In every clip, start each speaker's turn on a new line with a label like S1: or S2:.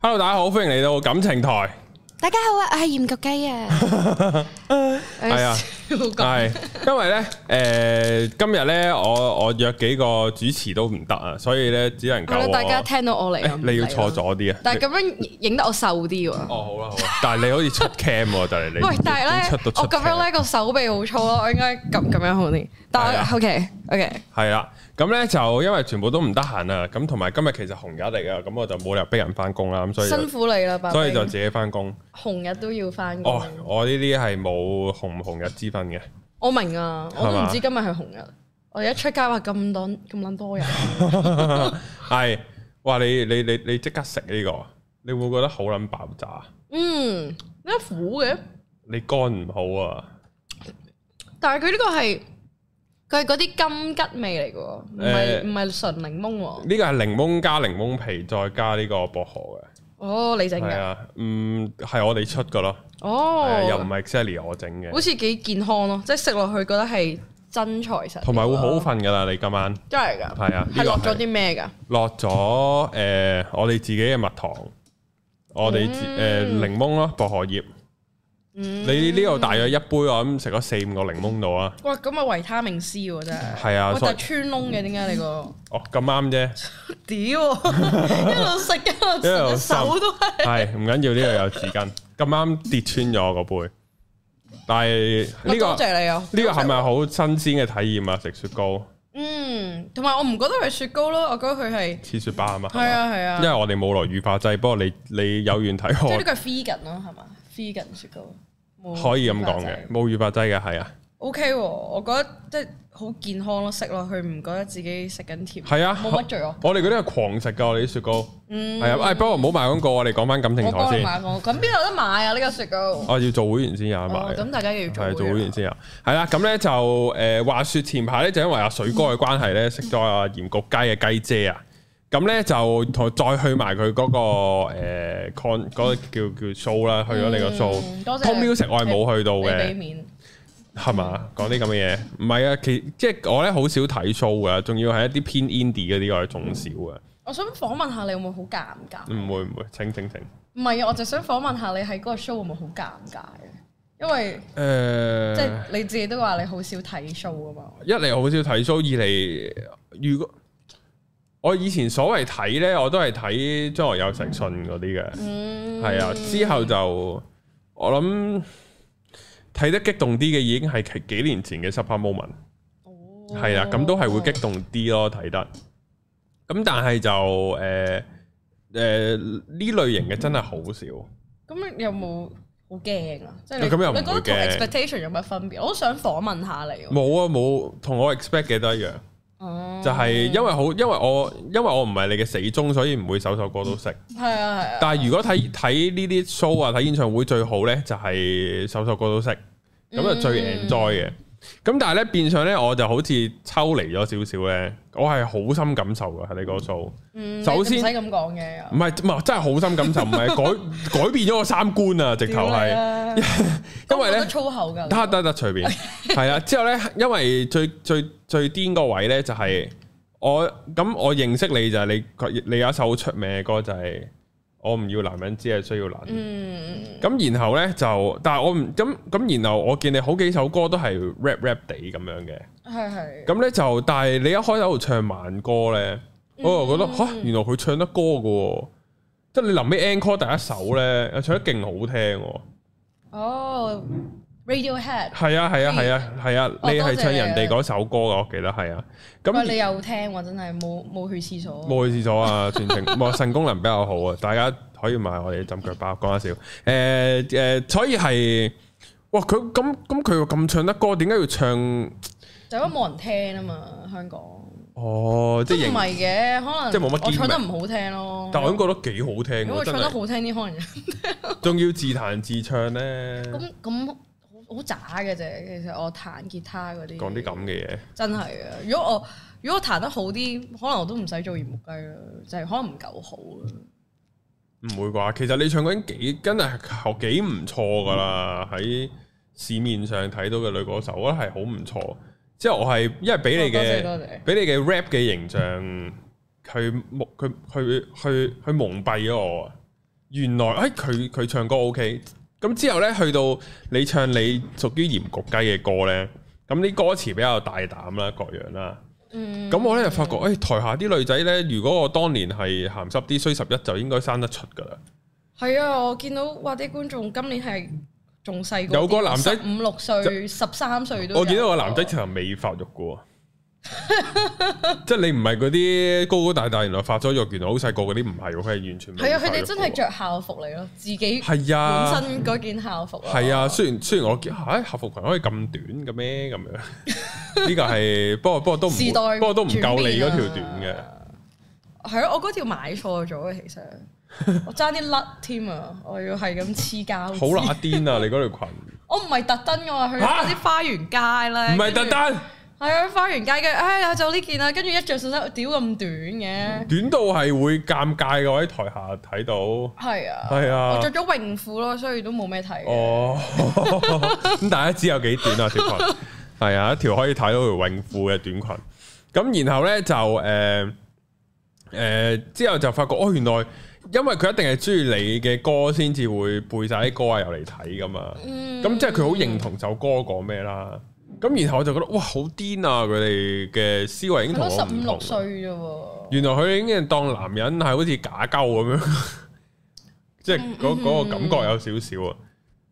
S1: Hello，大家好，歡迎嚟到感情 台，
S2: 大家好啊，我係鹽焗雞 啊，
S1: 係啊，係，因為呢，诶、今日呢，我我约几個主持都唔得啊，所以呢，只能
S2: 我
S1: 夠
S2: 覺得
S1: 我
S2: 大家聽到我嚟
S1: 誒你
S2: 啊，
S1: 要
S2: 唔理啦
S1: 坐，咗啲啊，
S2: 但係
S1: 你
S2: 咁樣影得我瘦啲喎。
S1: 哦好啦好啦，但係你好似出 cam 喎，就係你
S2: 喂，但係
S1: 出
S2: 咧
S1: 到，出
S2: 我咁樣
S1: cam
S2: 咧個手臂好粗咯，我應該咁咁樣好啲。
S1: 係啊
S2: 但我 OK OK，
S1: 係啦，咁呢，就因為全部都唔得閒啊，咁同埋今日其實紅日嚟啊，咁我就冇理由逼人翻工啦，咁所以就
S2: 辛苦啊你啦，爸爸。
S1: 所以就自己翻工。
S2: 紅日都要翻工
S1: 哦。，我呢啲係冇紅唔紅日之分嘅，
S2: 我明啊，我都
S1: 係
S2: 唔
S1: 嘛
S2: 知今日係紅日。我一出街話咁多咁 撚多人，
S1: 係哇！你你你你即刻食呢個，你會覺得好撚爆炸，
S2: 嗯，點解苦嘅？
S1: 你肝唔好啊！
S2: 但係佢呢個係佢係嗰啲金桔味嚟嘅喎，唔
S1: 誒
S2: 係唔係純檸檬喎。
S1: 呢個係檸檬加檸檬皮，再加呢個薄荷
S2: 哦，你整
S1: 嘅，係
S2: 㗎？
S1: 啊，嗯，係我哋出噶咯，係啊又唔
S2: 哦，
S1: 係 Sally 我整
S2: 好
S1: 嘅，
S2: 似幾健康咯，即係食落去覺得係真材實料啊。
S1: 同埋會好瞓噶啦，你今晚
S2: 真係㗎？
S1: 係啊呢個
S2: 係落咗
S1: 係
S2: 啲咩㗎？
S1: 落咗誒我哋自己嘅蜜糖，我哋自
S2: 嗯
S1: 誒檸檬咯，薄荷葉，你呢度大約一杯我諗食咗四五個檸檬度啊，
S2: 哇，咁啊維他命 C 喎真係。
S1: 係啊
S2: 哇
S1: 所以
S2: 但係穿窿嘅點解你 個？
S1: 哦咁啱啫。
S2: 屌，一路食一路
S1: 一路
S2: 食，
S1: 滲
S2: 手都係。
S1: 系唔緊要，呢度有紙巾，咁啱跌穿咗我個杯。但係呢、個
S2: 我多謝你啊！
S1: 呢個係咪好新鮮嘅體驗啊？食雪糕、
S2: 嗯，同埋我唔覺得佢係雪糕咯，我覺得佢係
S1: 切雪巴啊嘛，
S2: 係啊係啊
S1: 因為我哋冇落乳化劑，不過你你有緣睇
S2: 即係呢
S1: 我
S2: 個係 vegan 咯，係嘛？vegan 雪糕
S1: 可以咁講嘅，。冇乳化劑嘅係啊，
S2: O K 喎，我覺得即係好健康咯，食落去唔覺得自己食緊甜，
S1: 係啊，
S2: 冇 乜罪惡。
S1: 我哋嗰啲係狂食噶，我哋啲雪糕
S2: 嗯，
S1: 係啊，哎，不過唔好賣廣告，我哋講翻感情
S2: 我
S1: 台
S2: 幫你
S1: 先，
S2: 買我，咁邊度有得買啊？呢個雪糕，哦
S1: 我要做會員先有得賣嘅
S2: 咁大家要
S1: 係做
S2: 做
S1: 會
S2: 會員
S1: 員先有，啊係啦，咁咧就誒話説前排咧就因為阿水哥嘅關係咧，識咗阿鹽焗雞嘅雞姐啊，咁咧就同再去埋佢嗰個誒 con 嗰個叫叫 show 啦，去咗你個 show。
S2: 嗯多謝
S1: Tom Music 我係冇去到
S2: 你俾
S1: 嘅，
S2: 面，
S1: 係嘛？講啲咁嘅嘢，唔係啊，其即係我咧好少睇 show 噶，仲要係一啲偏 indie 嗰啲我係仲少嘅，
S2: 我想訪問下你會唔會好尷尬？
S1: 唔會唔會，請請請。
S2: 唔係啊，我就想訪問下你喺嗰個 show 會唔會好尷尬嘅？因為
S1: 誒，
S2: 即係你自己都話你好少睇 show 噶嘛，
S1: 一嚟我好少睇 show，二嚟如果我以前所謂睇呢，我都係睇張學友、陳信嗰啲嘅，
S2: 嗯，
S1: 係啊。之後就我諗睇得激動啲嘅已經係其幾年前嘅 Super Moment，
S2: 哦
S1: 係啦，咁都係會激動啲咯，睇得。咁但係就誒誒呢類型嘅真係好少，
S2: 咁你有冇好驚啊？即係
S1: 咁
S2: 你
S1: 又唔會
S2: 你覺得同
S1: 驚
S2: expectation 有乜分別？我都想訪問下你喎。
S1: 冇啊冇，同我 expect 嘅都一樣。
S2: 哦
S1: 就係因為好，因為我因為我唔係你嘅死忠，所以唔會首首歌都識。
S2: 係啊係啊，
S1: 但係如果睇睇呢啲 show 啊，睇演唱會最好呢，就係首首歌都識，咁就最 enjoy 嘅。咁但係呢，變相呢，我就好似抽離咗少少呢，我係好深感受嘅喺你個 show。
S2: 嗯
S1: 首
S2: 你
S1: 先
S2: 唔使咁講嘅，
S1: 唔係唔係，真係好深感受，唔係改改變咗我三觀啊！直頭係，
S2: 係，
S1: 因為
S2: 講得
S1: 呢，
S2: 粗口㗎，
S1: 得得得，隨便係啊。之後呢，因為最最最癲個位呢，就係我咁，我認識你就係你你有一首好出名嘅歌就係我唔要男人，只係需要男人。
S2: 嗯，
S1: 咁然後呢，就，但係我唔咁咁，然後我見你好幾首歌都係 rap rap 地咁樣嘅，
S2: 嗯係係，
S1: 咁呢，就，但係你一開頭喺度唱慢歌呢，
S2: 嗯
S1: 我又覺得吓、原來佢唱得歌嘅喎，即係你臨尾 encore 第一首呢，又唱得勁好聽喎，
S2: 哦，Radiohead，
S1: 係啊係啊係啊係啊，
S2: 哦
S1: 你係
S2: 多謝
S1: 唱
S2: 你啊
S1: 人哋嗰首歌嘅，我記得係啊，
S2: 喂你
S1: 咁
S2: 又聽喎，真係冇冇去廁所，
S1: 冇去廁所啊，全 程冇腎功能比較好啊，大家可以買我哋浸腳包講下笑，誒、誒、所以係。哇！佢咁咁佢又咁唱得歌，點解要唱
S2: 就因為冇人聽啊嘛，香港，
S1: 哦，即
S2: 都
S1: 係
S2: 唔
S1: 型，
S2: 係嘅，可能
S1: 即係冇乜
S2: 我唱得
S1: 堅
S2: 唔好聽咯，
S1: 但我咁覺得幾好聽喎，
S2: 如哦果佢
S1: 真
S2: 唱得
S1: 係，
S2: 好聽啲，可能
S1: 仲要自彈自唱咧，
S2: 咁咁好好渣嘅啫，其實我彈吉他嗰啲，
S1: 講啲咁嘅嘢，
S2: 真係嘅。如果我如果我彈得好啲，可能我都唔使做鹽木雞啦，就係、可能唔夠好啦。
S1: 唔會啩？其實你唱嗰陣幾真係求幾唔錯噶啦，喺市面上睇到嘅女歌手，我覺得係好唔錯。之後我係因為俾你
S2: 多謝
S1: 嘅
S2: 多謝
S1: 俾你嘅 rap 嘅形象，佢蒙佢佢佢佢蒙蔽咗我啊！原來诶佢佢唱歌 OK，咁之後呢，去到你唱你屬於鹽焗雞嘅歌呢，咁啲歌詞比較大膽啦，各樣啦。
S2: 嗯，
S1: 咁我咧就發覺，誒、台下啲女仔咧，如果我當年係鹹濕啲，衰十一就應該生得出噶啦。
S2: 係啊，我見到哇啲觀眾今年係仲細個啲，
S1: 有個男仔
S2: 五六歲、十三歲都有。
S1: 我見到個男仔其實未發育嘅喎， 即係你唔係嗰啲高高大大，原來發咗育，原來好細個嗰啲唔係喎，佢係完全未
S2: 係啊，佢
S1: 發育
S2: 哋真係
S1: 嘅喎
S2: 着校服嚟咯，自己
S1: 係
S2: 本
S1: 啊。
S2: 身嗰件校服啊。
S1: 係啊，雖然雖然我見嚇、唉校服裙可以咁短嘅咩咁樣， 呢個係不過不過都唔
S2: 時代
S1: 不過都唔夠你嗰條
S2: 轉
S1: 短
S2: 變
S1: 嘅。
S2: 啊。係啊，我嗰條買錯咗啊，其實 我爭啲甩添啊！我要係咁黐膠。
S1: 好！ 乸癲啊！你嗰條裙
S2: 我唔係特登㗎嘛，去
S1: 嚇
S2: 嗰啲花園街咧，
S1: 唔係特
S2: 跟住
S1: 登
S2: 係啊，花園街嘅，唉，我就呢件啦，跟住一着上身，屌咁短嘅，
S1: 短到係會尷尬嘅，我喺台下睇到。
S2: 係啊，
S1: 係啊
S2: 我着咗泳褲咯，所以都冇咩睇嘅。
S1: 哦， 咁大家知有幾短啊條 裙？係啊，一條可以睇到條泳褲嘅短裙。咁然後咧就誒誒、呃呃之後就發覺哦，原來因為佢一定係中意你嘅歌先至會背晒啲歌啊，又嚟睇噶嘛。
S2: 嗯
S1: 咁即係佢好認同首歌講咩啦。咁然後我就覺得哇，好癲啊！佢哋嘅思維已經
S2: 佢
S1: 同啊
S2: 都
S1: 我
S2: 十五
S1: 唔
S2: 六
S1: 同。
S2: 歲啫喎，
S1: 原來佢已經當男人係好似假鳩咁樣， 即係嗰嗰個感覺有少少啊！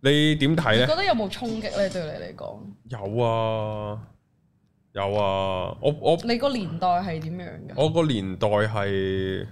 S1: 你點睇
S2: 你
S1: 咧？
S2: 覺得有冇衝擊咧？對你嚟講，
S1: 有啊，有啊！我我
S2: 你個年代係點樣㗎？
S1: 我個年代係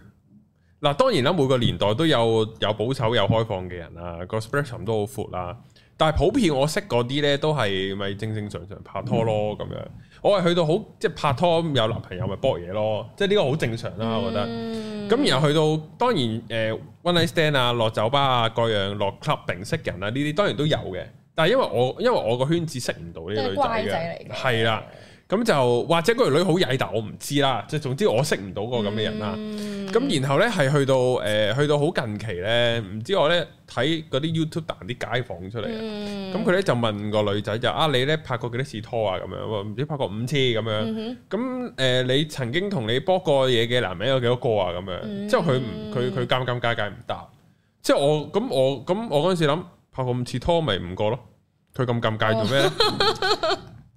S1: 嗱，當然啦，每個年代都有有保守有開放嘅人啊，個 spectrum 都好闊啦。但係普遍我識嗰啲咧，都係咪正正常常拍拖咯咁樣。我係去到好即係拍拖有男朋友咪搏嘢咯，即係呢個好正常啦，我覺得。
S2: 嗯
S1: 咁然後去到當然誒、呃 one night stand 啊，落酒吧啊，各樣落 clubbing 識人啊，呢啲當然都有嘅。但係因為我因為我個圈子識唔到呢啲
S2: 都係乖
S1: 女
S2: 仔
S1: 仔
S2: 嚟
S1: 嘅，
S2: 嘅，
S1: 係啦。咁就或者嗰條女好曳，但我唔知啦。即係總之我識唔到個咁嘅人啦。
S2: 嗯
S1: 咁、然後咧係去到誒、呃去到好近期咧，唔知我咧睇嗰啲 YouTube 彈啲街坊出嚟啊。
S2: 嗯
S1: 咁佢咧就問個女仔就啊，你咧拍過幾多次拖啊？咁樣我唔知拍過五次咁樣。
S2: 嗯
S1: 咁誒、呃你曾經同你搏過嘢嘅男人有幾多個啊？咁樣，
S2: 嗯
S1: 之後佢唔佢佢尷尷尬尬唔答。之後我咁我咁我嗰陣時諗拍過五次拖咪五個咯，佢咁尷尬做咩咧？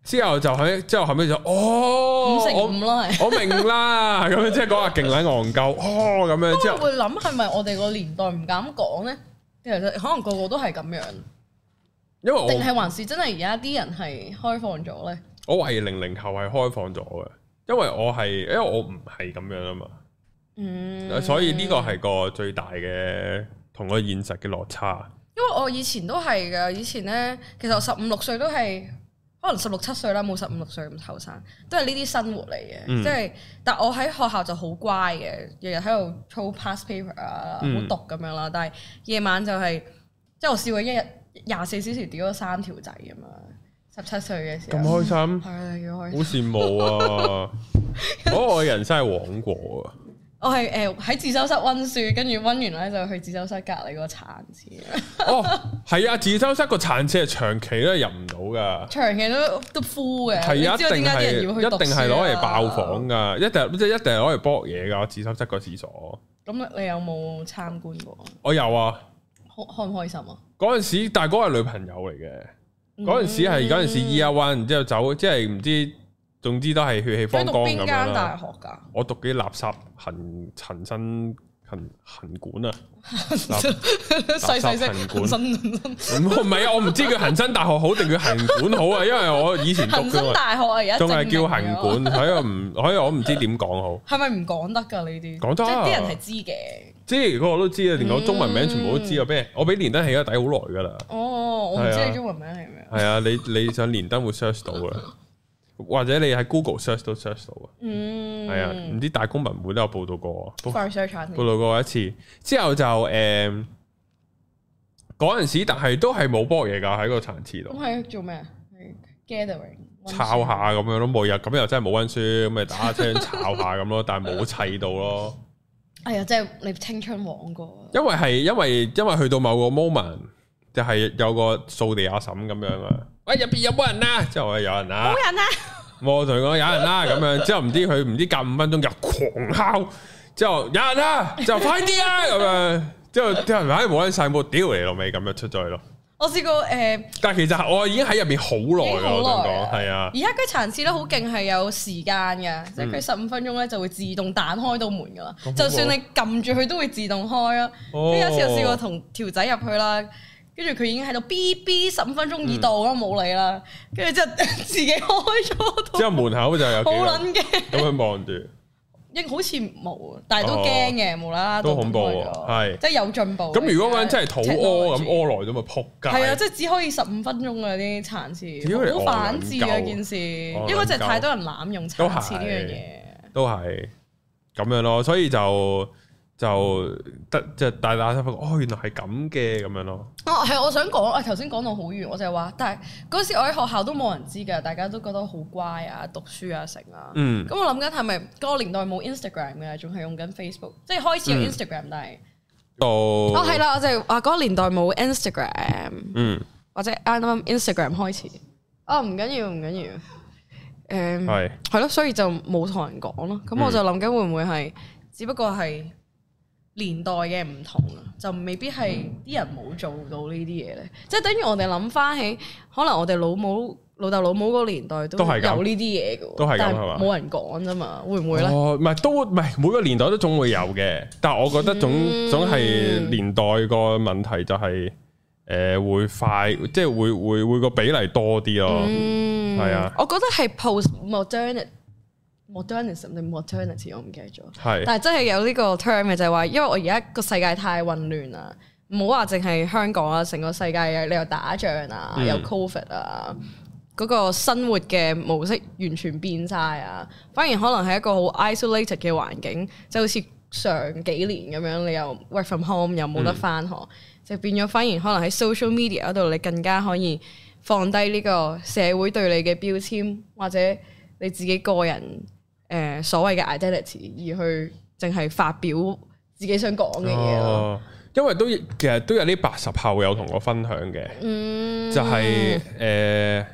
S1: 之後就喺之後後尾就
S2: 哼
S1: 哦，
S2: 五成
S1: 我
S2: 五咯，係。
S1: 我明啦，咁樣即係講下勁撚戇鳩哦咁樣之
S2: 我
S1: 後
S2: 會諗係咪我哋個年代唔敢講咧？其實可能個個都係咁樣，
S1: 因為
S2: 定
S1: 我
S2: 係還是真係而家啲人係開放咗咧？
S1: 我懷疑零零後係開放咗嘅，因為我係因為我唔係咁樣啊嘛。
S2: 嗯，
S1: 所以呢個係個最大嘅同個現實嘅落差。
S2: 因為我以前都係㗎，以前咧其實我十五六歲都係，可能十六七歲啦，冇十五六歲咁後生，都係呢啲生活嚟嘅，
S1: 嗯
S2: 即係但我喺學校就好乖嘅，日日喺度操 past paper 啊，好
S1: 嗯
S2: 讀咁樣啦，但係夜晚就係、即係我試過一日廿四小時屌咗三條仔咁啊樣，十七歲嘅時
S1: 咁
S2: 候，
S1: 開心，
S2: 係啊，要開
S1: 好羨慕 啊！我我嘅人生係枉過啊！
S2: 我係誒喺自修室温書，跟住温完咧就去自修室隔離個殘廁，啊
S1: 哦，係啊，自修室個殘廁係長期都係入唔到㗎。
S2: 長期都都 full 嘅。
S1: 係啊，
S2: 你
S1: 一
S2: 知道點
S1: 定
S2: 解啲
S1: 係
S2: 人要去
S1: 一
S2: 讀
S1: 定
S2: 書
S1: 係攞嚟
S2: 啦
S1: 爆房。㗎，一定即係一定係攞嚟搏嘢㗎。自修室個廁所，
S2: 咁你有冇參觀過？
S1: 我有啊。
S2: 開開唔開心啊？
S1: 嗰陣時，但係嗰個係女朋友嚟嘅。
S2: 嗯
S1: 嗰陣時係嗰陣時 year one，然之後走，即係唔知，總之都係血氣
S2: 你
S1: 方
S2: 讀
S1: 剛
S2: 邊
S1: 咁樣
S2: 間大
S1: 啦。
S2: 學㗎？
S1: 我讀啲垃圾行陳身行行管 啊，
S2: 細細聲，
S1: 行
S2: 恒
S1: 管
S2: 生恒生
S1: 唔唔係啊，我唔知叫恒生大學好定叫行管好啊，因為我以前讀
S2: 恒
S1: 噶
S2: 生
S1: 嘛，
S2: 大學啊，而家
S1: 仲係
S2: 證
S1: 叫
S2: 明啊
S1: 行
S2: 咗。
S1: 管，所以我唔，所以我 唔知點講好。
S2: 係咪唔講得㗎呢啲？
S1: 講得
S2: 即係啲人係知嘅。
S1: 即係如果我都知啊，連我中文名全部都
S2: 嗯
S1: 知啊，俾我俾連登起咗底好耐噶啦。
S2: 哦，我唔知
S1: 係啊
S2: 你中文名係咩。
S1: 係啊，你你上連登會 search 到啊，或者你喺 Google search 都 search 到啊。
S2: 嗯，
S1: 係啊，唔知大公文會都有報道過啊。不過
S2: 快 search 下先
S1: 報。道過一次，之後就誒嗰陣時，但係都係冇波嘢㗎喺個殘廁
S2: 咁
S1: 度，
S2: 係做咩啊？係 gathering 溫書
S1: 抄下咁樣咯，每日咁又真係冇温書，咁咪打下槍抄下咁咯，但係冇砌到 咯，
S2: 哎呀，真係你青春枉過
S1: 因為係因為因為去到某個 moment 就係有個掃地阿嬸咁樣啊，喂入邊有冇人啊？之後我有人啊，
S2: 冇人啊！
S1: 我同佢講有人啦、咁樣之後唔知佢唔知隔五分鐘又狂敲，之後有人啦、就快啲啊咁樣，之後之後唉冇撚晒冇屌你老味咁樣出咗去咯。
S2: 我試過誒，
S1: 但係其實我已經喺入面好耐噶，我想講係啊
S2: 而，家佢殘廁咧好勁係有時間嘅，即係佢十五分鐘咧就會自動彈開到門噶啦
S1: 嗯咁好。喎
S2: 就算你撳住佢都會自動開啦。
S1: 哦
S2: 跟住有一次我試過同條仔入去啦，跟住佢已經喺度 B B 十五分鐘已到啦，冇理啦。跟住之後 自己開咗
S1: 之
S2: 度，
S1: 後門口就有幾
S2: 好
S1: 個
S2: 撚驚，
S1: 咁樣望住，
S2: 應好似冇，但係都驚嘅，無啦啦
S1: 哦都恐怖喎
S2: 開咗
S1: 係
S2: 即係有進步嘅。
S1: 咁如果嗰個人真係肚屙咁
S2: Technology
S1: 屙耐咗咪撲街。
S2: 係啊，即係只可以十五分鐘啊！啲殘
S1: 屌你
S2: 廁好反智
S1: 戇
S2: 啊！
S1: 鳩
S2: 件事，因
S1: 戇
S2: 為真係
S1: 鳩
S2: 太多人濫用殘廁呢樣嘢，
S1: 都係咁樣咯，所以就就得即係大大聲發覺，哦，原來係咁嘅咁樣咯，
S2: 哦係我想講，我頭先講到好遠，我就係話，但係嗰時我喺學校都冇人知㗎，大家都覺得好乖啊，讀書啊，成啊。
S1: 嗯，
S2: 咁我諗緊係咪嗰個年代冇 Instagram 嘅，仲係用緊 Facebook，即係開始有
S1: 嗯
S2: Instagram，但係
S1: 到
S2: 哦
S1: 哦
S2: 係，啦，我就係話嗰個年代冇 Instagram，
S1: 嗯，
S2: 或者啊啱啱 Instagram 開始。哦，唔緊要，唔緊要。誒
S1: 嗯係
S2: 係咯，所以就冇同人講咯。
S1: 嗯
S2: 咁我就諗緊會唔會係，只不過係年代嘅唔同啊，就未必係啲人冇做到呢啲嘢咧。即係等於我哋諗翻起，可能我哋老母、老豆、老母嗰個年代都
S1: 都
S2: 有
S1: 係
S2: 呢
S1: 咁
S2: 啲嘢嘅喎，
S1: 都係咁
S2: 但
S1: 係嘛
S2: 冇人講啫嘛，會唔會咧？
S1: 哦，唔係都唔係每個年代都總會有嘅，但係我覺得總
S2: 嗯
S1: 總係年代個問題就係誒會快，即係會會會個比例多啲咯，
S2: 嗯，
S1: 係啊
S2: 我覺得係 post modernity。modernism 定 modernity 我唔記得咗，
S1: 係
S2: 但係真係有呢個 term 嘅就係話，因為我而家個世界太混亂啦，唔好話淨係香港啦，成個世界你又打仗啊，
S1: 嗯
S2: 又 covid 啊，嗰、個生活嘅模式完全變晒啊，反而可能係一個好 isolated 嘅環境，就好似上幾年咁樣，你又 work from home 又
S1: 嗯
S2: 冇得翻學，就變咗反而可能喺 social media 嗰度，你更加可以放低呢個社會對你嘅標籤，或者你自己個人。誒、所謂嘅 identity，而去淨係發表自己想講嘅嘢咯。
S1: 哦，因為都其實都有啲八十後有同我分享嘅。
S2: 嗯，
S1: 就係、誒、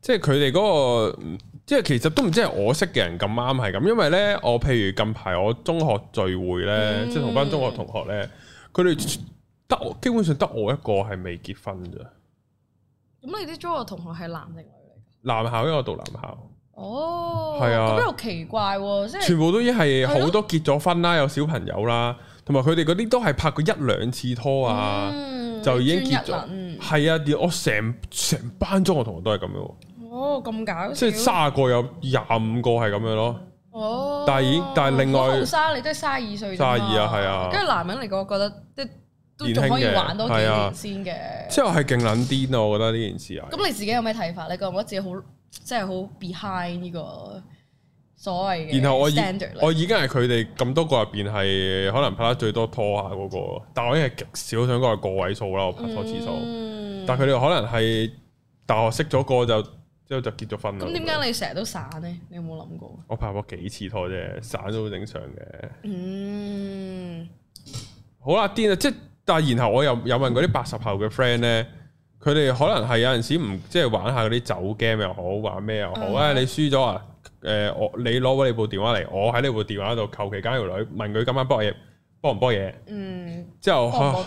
S1: 即係佢哋嗰個，即係其實都唔知係我識嘅人咁啱係咁，因為咧，我譬如近排我中學聚會咧，
S2: 嗯
S1: 即係同班中學同學咧，佢哋得我基本上得我一個係未結婚啫。
S2: 咁你啲中學同學係男定女嚟？
S1: 男校因為我讀男校，
S2: 哦，
S1: 係啊
S2: 咁又奇怪喎，即係
S1: 全部都已經係
S2: 係
S1: 好
S2: 咯
S1: 多結咗婚啦，有小朋友啦，同埋佢哋嗰啲都係拍過一兩次拖啊，
S2: 嗯
S1: 就已經結
S2: 專
S1: 咗
S2: 一人。
S1: 係啊，我成成班中學同學都係咁樣喎，
S2: 哦，咁搞
S1: 即係
S2: 笑。
S1: 卅個有廿五個係咁樣咯。
S2: 哦，
S1: 但係已經但係另外
S2: 我後生你都係卅二歲啫嘛。
S1: 卅二啊係啊
S2: 跟住男人嚟講，我覺得即係都
S1: 年
S2: 仲
S1: 輕
S2: 可以
S1: 嘅
S2: 玩多幾
S1: 係啊
S2: 年先嘅。
S1: 之後係勁撚癲啊咯，我覺得呢件事係。
S2: 咁你自己有咩睇法？你覺唔覺得自己好即係好 behind 呢個所謂嘅
S1: 然後我已
S2: standard 咧
S1: 我已經係佢哋咁多個入邊係可能拍得最多拖下嗰、個，但我已經係極少想講係個位數啦，我拍拖次數。
S2: 嗯
S1: 但佢哋可能係大學識咗個就之後就結咗婚啦。
S2: 咁點解你成日都散呢？你有冇諗過？
S1: 我拍過幾次拖啫，散都好正常嘅。
S2: 嗯，
S1: 好啦，癲啊！即係但係然後我又有問嗰啲八十後嘅 friend 咧，佢哋可能係有陣時唔即係玩下嗰啲酒 game 又好，玩咩又好
S2: 嗯
S1: 啊、你輸咗啊？誒、我你攞咗你部電話嚟，我喺你部電話度求其揀條女，問佢今晚波嘢，波唔波嘢？
S2: 嗯，
S1: 之後
S2: 幫唔
S1: 啊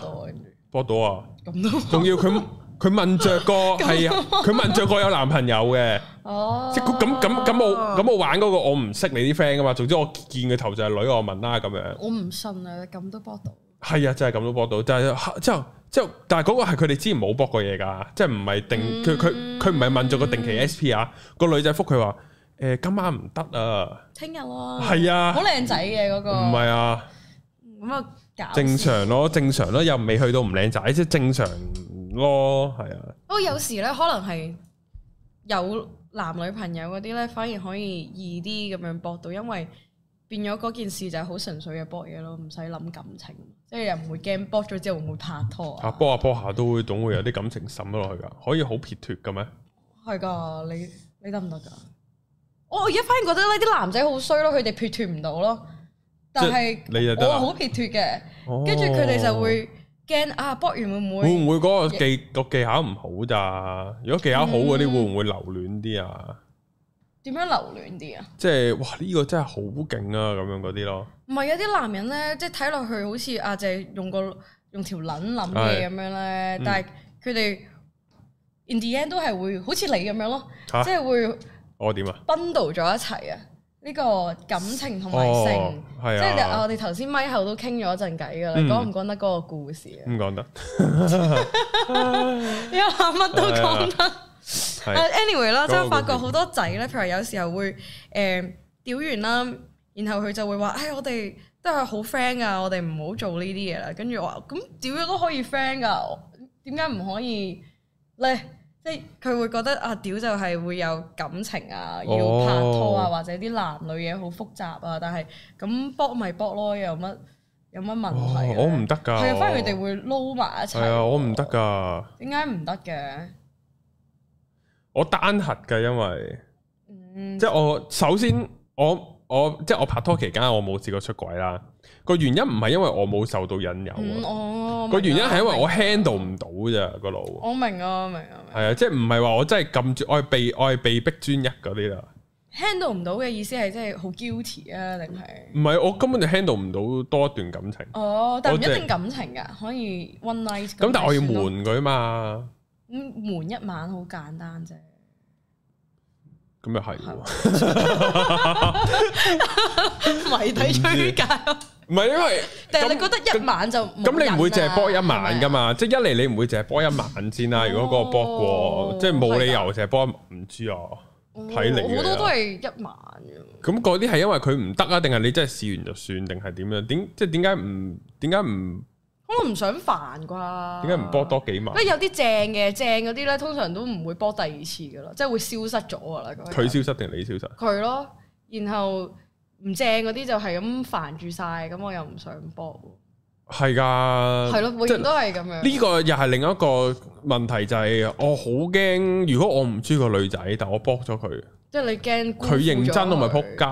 S1: 波
S2: 幫到我？跟住
S1: 到啊！
S2: 咁都
S1: 仲要佢佢問着 個係啊，佢問着個有男朋友嘅，
S2: 哦，
S1: 即係佢咁咁咁我咁我玩嗰個我唔識你啲 friend 噶嘛，總之我見佢頭就係女，我問啦咁樣。
S2: 我唔信啊！你咁都幫到，
S1: 係啊，真係咁都搏到，但係之後之後，但係嗰個係佢哋之前冇搏過嘢㗎，即係唔係定佢
S2: 嗯
S1: 佢佢唔係問咗個定期 SP 啊，個女仔覆佢話誒今晚唔得啊，
S2: 聽日咯，
S1: 係啊
S2: 哦好，靚仔嘅嗰個，
S1: 唔係啊，
S2: 咁啊，搞
S1: 正
S2: 笑。
S1: 常咯，正常咯，又未去到唔靚仔，即係正常咯，係啊，
S2: 不過有時咧，可能係有男女朋友嗰啲咧，反而可以易啲咁樣搏到，因為變咗嗰件事就係好純粹嘅搏嘢咯，唔使諗感情，即係又唔會驚搏咗之後會唔會拍拖
S1: 啊
S2: 啊？
S1: 波下波下都會總會有啲感情滲咗落去㗎，可以好撇脱嘅咩？
S2: 係噶，你你得唔得噶？我而家反而覺得呢啲男仔好衰咯，佢哋撇脱唔到咯。但係
S1: 即係你就得啊
S2: 我
S1: 啦
S2: 好撇脱嘅，
S1: 哦
S2: 跟住佢哋就會驚啊，搏完會唔
S1: 會
S2: 會？
S1: 唔會嗰個
S2: 嗯
S1: 技個技巧唔好咋？如果技巧好嗰啲會唔會留戀啲啊？
S2: 點樣留戀啲啊？
S1: 即係哇呢個真係好勁啊咁樣嗰啲咯，
S2: 唔係有啲男人咧，即係睇落去好似啊，就係用個用條撚諗嘢咁樣咧，
S1: 嗯
S2: 但係佢哋 in the end 都係會好似你咁樣咯，
S1: 嚇
S2: 即係會
S1: 我點啊？
S2: bundle 咗一齊啊！呢個感情同埋
S1: 哦
S2: 性，，即
S1: 係
S2: 係你
S1: 啊，
S2: 我哋頭先咪後都傾咗一陣偈㗎啦，
S1: 嗯
S2: 講唔講得嗰個故事啊
S1: 唔？講得，
S2: 因
S1: 啊
S2: 為 乜都講得。
S1: 係
S2: 啊 anyway 啦，即
S1: 嗰個
S2: 係發覺好多仔咧，譬如有時候會誒屌完啦，然後佢就會話：，唉，我哋都係好 friend 噶，我哋唔好做呢啲嘢啦。跟住我話：，咁屌咗都可以 friend 噶，我點解唔可以咧？即係佢會覺得啊，屌就係會有感情啊，要
S1: 哦
S2: 拍拖啊，或者啲男女嘢好複雜啊。但係咁搏咪搏咯，又有乜有乜問題
S1: 哦
S2: 啊？
S1: 我唔得㗎，
S2: 係啊，反而佢哋
S1: 會
S2: 會撈埋一齊。
S1: 係啊，我唔得。㗎，
S2: 點解唔得嘅？
S1: 我單核㗎，因為
S2: 嗯，
S1: 即係我首先我我即係我拍拖期間我冇試過出軌啦，個原因唔係因為我冇受到引誘
S2: 嗯，
S1: 啊，
S2: 我
S1: 個原因
S2: 明啊
S1: 係因為我 handle 唔到咋個腦。
S2: 我明啊，我明啊我
S1: 系啊，即系唔系话我真系咁專，我系被我系被逼專一嗰啲啦。
S2: 明，handle 唔到嘅意思係即係好 guilty 啊，定係？
S1: 唔係我根本就 handle 唔到多一段感情。
S2: 哦，但唔
S1: 我
S2: 一
S1: 即係
S2: 定感情㗎，可以 one night
S1: 咁但系我要
S2: 就算咯，
S1: 瞞佢嘛，
S2: 嗯瞞一晚好簡單啫。
S1: 咁又係系，
S2: 謎底
S1: 追
S2: 追界，
S1: 唔係因為
S2: 但係
S1: 咁
S2: 你覺得一晚就啊
S1: 咁你唔會淨係搏一晚噶
S2: 嘛？
S1: 嘛？即系一嚟你唔會淨係搏一晚先啦。如果嗰個搏過，
S2: 哦
S1: 即係冇理由淨係搏一晚唔知啊。睇嚟嘅
S2: 好多都係一晚㗎
S1: 咁嗰啲係因為佢唔得啊，定係你真係試完就算，定係點樣？點即系点解唔點解唔
S2: 可能唔想煩啩？
S1: 點解唔搏？多幾晚？
S2: 因為有啲正嘅正嗰啲咧，通常都唔會搏第二次㗎啦，即係會消失咗㗎啦。嗰個人
S1: 佢消失定你消失？
S2: 佢咯，然後唔正嗰啲就係咁煩住晒，咁我又唔想搏
S1: 係
S2: 喎，
S1: 㗎，
S2: 係咯，永
S1: 呃即係
S2: 遠都係咁樣。
S1: 呢個又係另一個問題，就係我好驚，如果我唔中意個女仔，但我搏咗佢，
S2: 即係你驚辜負
S1: 佢認真我咪
S2: 咗
S1: 扑
S2: 佢。
S1: 街。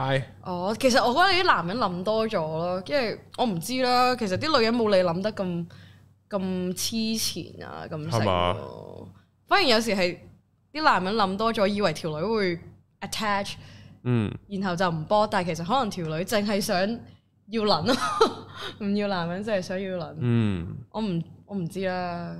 S2: 哦，其實我覺得啲男人諗多咗咯，因為我唔知啦。其實啲女人冇你諗得咁咁黐纏啊，咁
S1: 係
S2: 成
S1: 嘛
S2: 咯。反而有時係啲男人諗多咗，以為條女會 attach，
S1: 嗯，
S2: 然後就唔波，但係其實可能條女淨係想要撚咯， 唔要男人，淨係想要撚。
S1: 嗯，
S2: 我唔我唔知啦，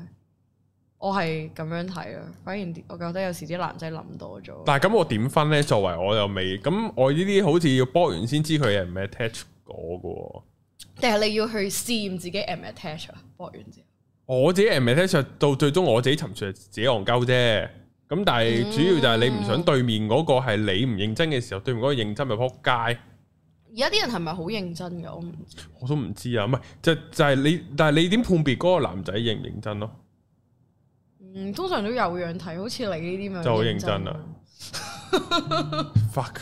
S2: 我係咁樣睇啦。反而啲我覺得有時啲男仔諗多咗，
S1: 但係咁我點分呢？作為我又未咁，我呢啲好似要波完先知佢係唔係 attach 我嘅喎。
S2: 定係你要去試驗自己 am attach 啊？搏完之後，
S1: 我自己係唔 attach 到最終我自己沉船，自己戇鳩啫。咁但係主要就係你唔想對面嗰個係你唔認真嘅時候，對面嗰個認真咪扑街。
S2: 而家啲人係咪好認真㗎？我唔知
S1: 我都唔知啊，唔係就就係你，但係你點判別嗰個男仔認唔認真咯？
S2: 嗯，通常都有樣睇，好似你呢啲咪
S1: 就好認真啊
S2: 啊
S1: 啦 fuck，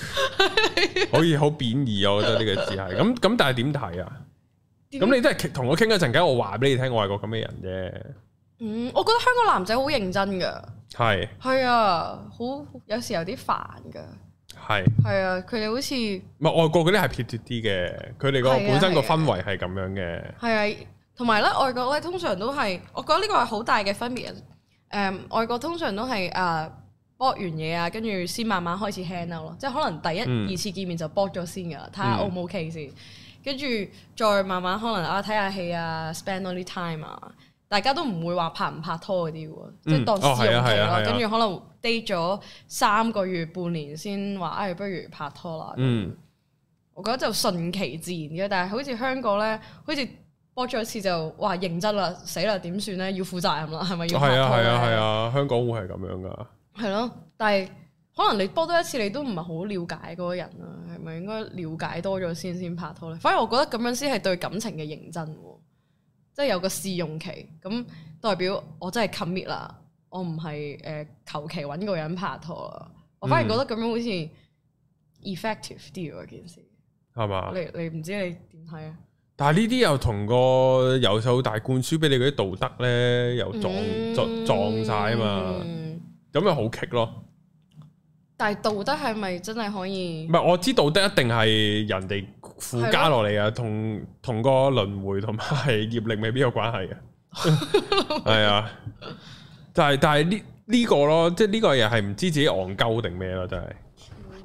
S1: 可以好貶義啊！我覺得呢個字係咁咁，但係點睇啊？
S2: 點
S1: 咁你都係傾同我傾一陣間，我話俾你聽，我係個咁嘅人
S2: 嗯，我覺得香港男仔好認真㗎，
S1: 啫，係
S2: 係啊，好有時有啲煩㗎，
S1: 係，
S2: 係啊，佢哋好似係
S1: 唔係外國嗰啲係撇脱啲嘅，佢哋個
S2: 係啊
S1: 本身個
S2: 係啊
S1: 氛圍係咁樣嘅，
S2: 啊，同埋咧外國咧通常都係，我覺得呢個係好大嘅分別。誒、外國通常都係誒搏完嘢啊，跟住先慢慢開始 hand out 咯，即係可能第一、
S1: 嗯
S2: 二次見面就搏咗先㗎啦，睇下
S1: 嗯
S2: O 唔 OK 先，跟住再慢慢可能啊睇下戲啊，spend on 啲 time 啊，大家都唔會話拍唔拍拖嗰啲喎，即係
S1: 嗯
S2: 當
S1: 哦
S2: 試用期
S1: 係啊係啊
S2: 咯
S1: 係啊，
S2: 跟住可能 date 咗三個月半年先話，唉、不如拍拖啦。
S1: 嗯，
S2: 我覺得就順其自然嘅，但係好似香港咧，好似播咗一次就哇認真啦，死啦點算咧？要負責任啦，係咪要拍
S1: 係啊
S2: 拖
S1: 係
S2: 咧
S1: 啊係，啊，香港會係咁樣噶，
S2: 係咯、但係可能你播多一次，你都唔係好了解嗰個人啦，係咪應該了解多咗先先拍拖咧？反而我覺得咁樣先係對感情嘅認真喎，即係有個試用期，咁代表我真係 commit 啦，我唔係誒求其揾個人拍拖啦。我反而覺得咁樣好似 effective 啲喎件事，
S1: 係嘛？
S2: 你你唔知你點睇啊？
S1: 但係呢啲又同個由細到大灌輸俾你嗰啲道德咧，又撞
S2: 嗯
S1: 撞撞晒啊嘛，
S2: 嗯
S1: 咁咪好棘咯。
S2: 但係道德係咪真係可以
S1: 唔？係我知道得一定係人哋附加落嚟啊，同同個輪迴同埋業力未必有關 係嘅，係啊。但係但係呢呢個咯，即係呢個又係唔知自己戇鳩定咩咯，真係。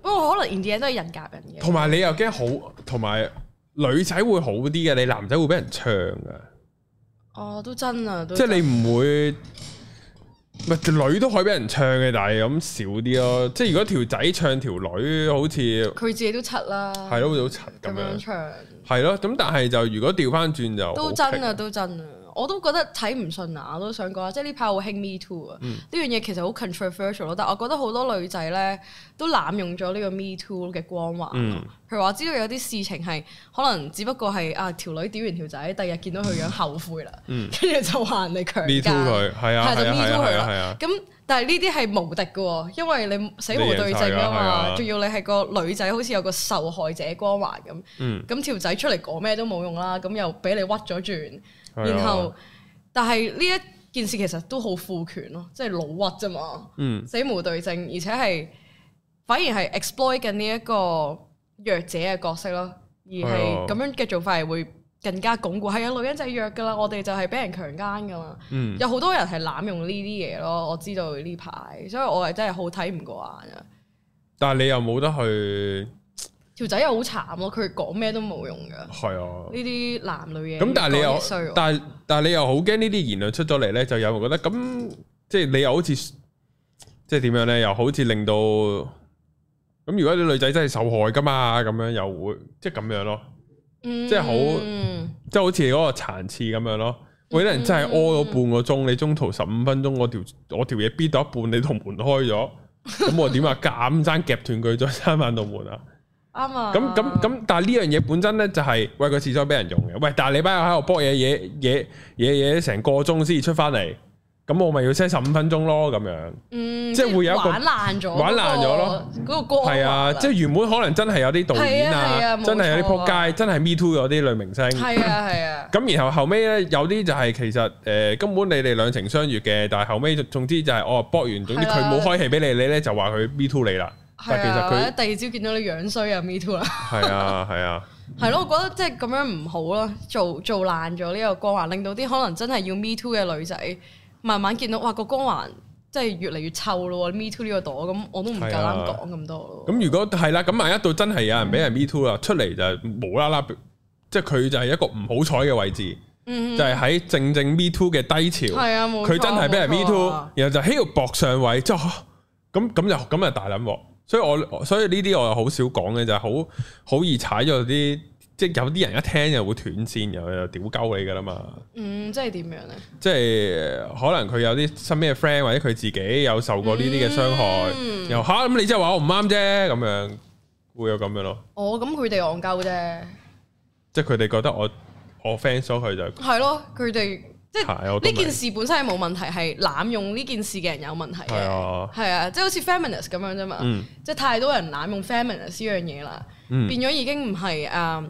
S2: 不過可能 in the end 都係人夾人嘅。
S1: 同埋你又驚好，同埋女仔會好啲嘅，你男仔會俾人唱噶。
S2: 哦，都真啊，都
S1: 即係你唔會，唔係女都可以俾人唱嘅，但係咁少啲咯。即係如果條仔唱條女，好似
S2: 佢自己都七啦，
S1: 係咯，好似好柒
S2: 咁
S1: 咁
S2: 樣
S1: 樣，
S2: 唱
S1: 係咯。咁但係就如果調翻轉就
S2: 都
S1: OK
S2: 真啊，，都真啊。我都覺得睇唔順眼，我都想講啊，即係呢排好興 Me Too 啊，
S1: 嗯
S2: 呢樣嘢其實好 controversial 咯。但係我覺得好多女仔咧都濫用咗呢個 Me Too 嘅光環。
S1: 嗯，
S2: 譬如話知道有啲事情係可能只不過係啊條女屌完條仔，第日見到佢樣後悔啦，
S1: 嗯
S2: 跟住、就話人哋強
S1: me too
S2: 姦。
S1: 佢，係啊，
S2: 係就
S1: 係啊，
S2: me
S1: 係
S2: too
S1: 啊，
S2: 佢
S1: 係
S2: 啦
S1: 啊，係啊，
S2: 咁但係呢啲係無敵嘅喎，因為你死無對
S1: 你
S2: 證啊
S1: 贏晒㗎係啊
S2: 嘛，仲要你係個女仔，好似有個受害者光環咁。
S1: 嗯，
S2: 咁條仔出嚟講咩都冇用啦，咁又俾你屈咗轉，
S1: 係啊
S2: 然後但係呢一件事其實都好賦權咯，即係老屈啫嘛，
S1: 嗯
S2: 死無對證，而且係反而係 exploit 緊呢一個弱者嘅角色咯，而
S1: 係啊
S2: 係咁樣嘅做法係會更加鞏固，係啊，女人就係弱噶啦，我哋就係俾人強姦噶嘛，
S1: 嗯，
S2: 有好多人係濫用呢啲嘢咯，我知道呢排，所以我係真係好睇唔過眼啊！
S1: 但係你又冇得去，
S2: 條仔又好慘咯，佢講咩都冇用噶。
S1: 係啊。
S2: 呢啲男女嘢。
S1: 咁但係你
S2: 講嘢衰
S1: 又
S2: 喎，
S1: 但係但係你又好驚呢啲言論出咗嚟咧，就有人覺得咁即係你又好似即係點樣咧？又好似令到咁，如果啲女仔真係受害噶嘛，咁樣又會即係咁樣咯，
S2: 嗯
S1: 即係好即係好似嗰個殘次咁樣咯。喂，有啲人真係屙咗半個鐘，你中途十五分鐘，我條我條嘢逼到一半，你同門開咗，咁我點啊？ 夾生夾斷佢，再閂翻道門啊！
S2: 啱啊。
S1: 咁咁咁，但係呢樣嘢本身咧就係、喂個廁所俾人用嘅，喂，但係你班友喺度搏嘢嘢嘢嘢嘢成個鐘先至出翻嚟，咁我咪要 set 十五分鐘咯咁樣，
S2: 嗯，
S1: 即係會有一個
S2: 玩爛咗，
S1: 玩爛咗咯，
S2: 嗰個光環
S1: 係啊，即係原本可能真係有啲導演
S2: 係啊係
S1: 啊，
S2: 啊冇
S1: 真係有啲
S2: 錯啊
S1: 撲街，真係 Me Too 嗰啲女明星，
S2: 係啊係啊，
S1: 咁然後後尾咧有啲就係其實誒、呃根本你哋兩情相悅嘅，但係後尾總之就係、哦搏完，總之
S2: 係啦
S1: 佢冇開戲俾你，你咧就話佢 Me Too 你啦，但係其
S2: 係啊，或者
S1: 實
S2: 第二朝見到你樣衰啊，me too 啦，
S1: 佢係啊係啊，
S2: 係咯，我覺得即係咁樣唔好咯，做做爛咗呢個光環，令到啲可能真係要 me too 嘅女仔，慢慢見到哇個光環即係越嚟越臭咯喎，me too 呢個朵，咁我都唔夠
S1: 係啊
S2: 膽講咁多咯。
S1: 咁如果係啦，咁萬一到真係有人俾人 Me Too 啦，出嚟就係無啦啦，即係佢就係一個唔好彩嘅位置，
S2: 嗯
S1: 就係喺正正 Me Too 嘅低潮，
S2: 係啊，冇錯
S1: 佢真係俾人
S2: 冇
S1: Me
S2: 錯
S1: Too，
S2: 啊
S1: 然後就喺度搏上位，即係嚇咁咁就咁就大撚鑊。所以我所以呢啲我又好少講嘅，就係好好易踩咗啲，即係有啲人一聽就會斷線，又又屌鳩你噶啦嘛。
S2: 嗯，即係點樣咧？
S1: 即係呃可能佢有啲身邊嘅 friend 或者佢自己有受過呢啲嘅傷害，
S2: 嗯
S1: 又吓咁你即係話我唔啱啫，咁樣會有咁樣咯。
S2: 哦，咁佢哋戇鳩啫，
S1: 即係佢哋覺得我我 fans 咗佢就
S2: 係咯，佢哋即
S1: 係我
S2: 係
S1: 都
S2: 呢
S1: 明
S2: 件事本身係冇問題，係濫用呢件事嘅人有問題嘅，
S1: 係啊
S2: 係啊，即係好似 feminist 咁樣啫嘛，
S1: 嗯
S2: 即係太多人濫用 feminist 呢樣嘢啦，
S1: 嗯
S2: 變咗已經唔係誒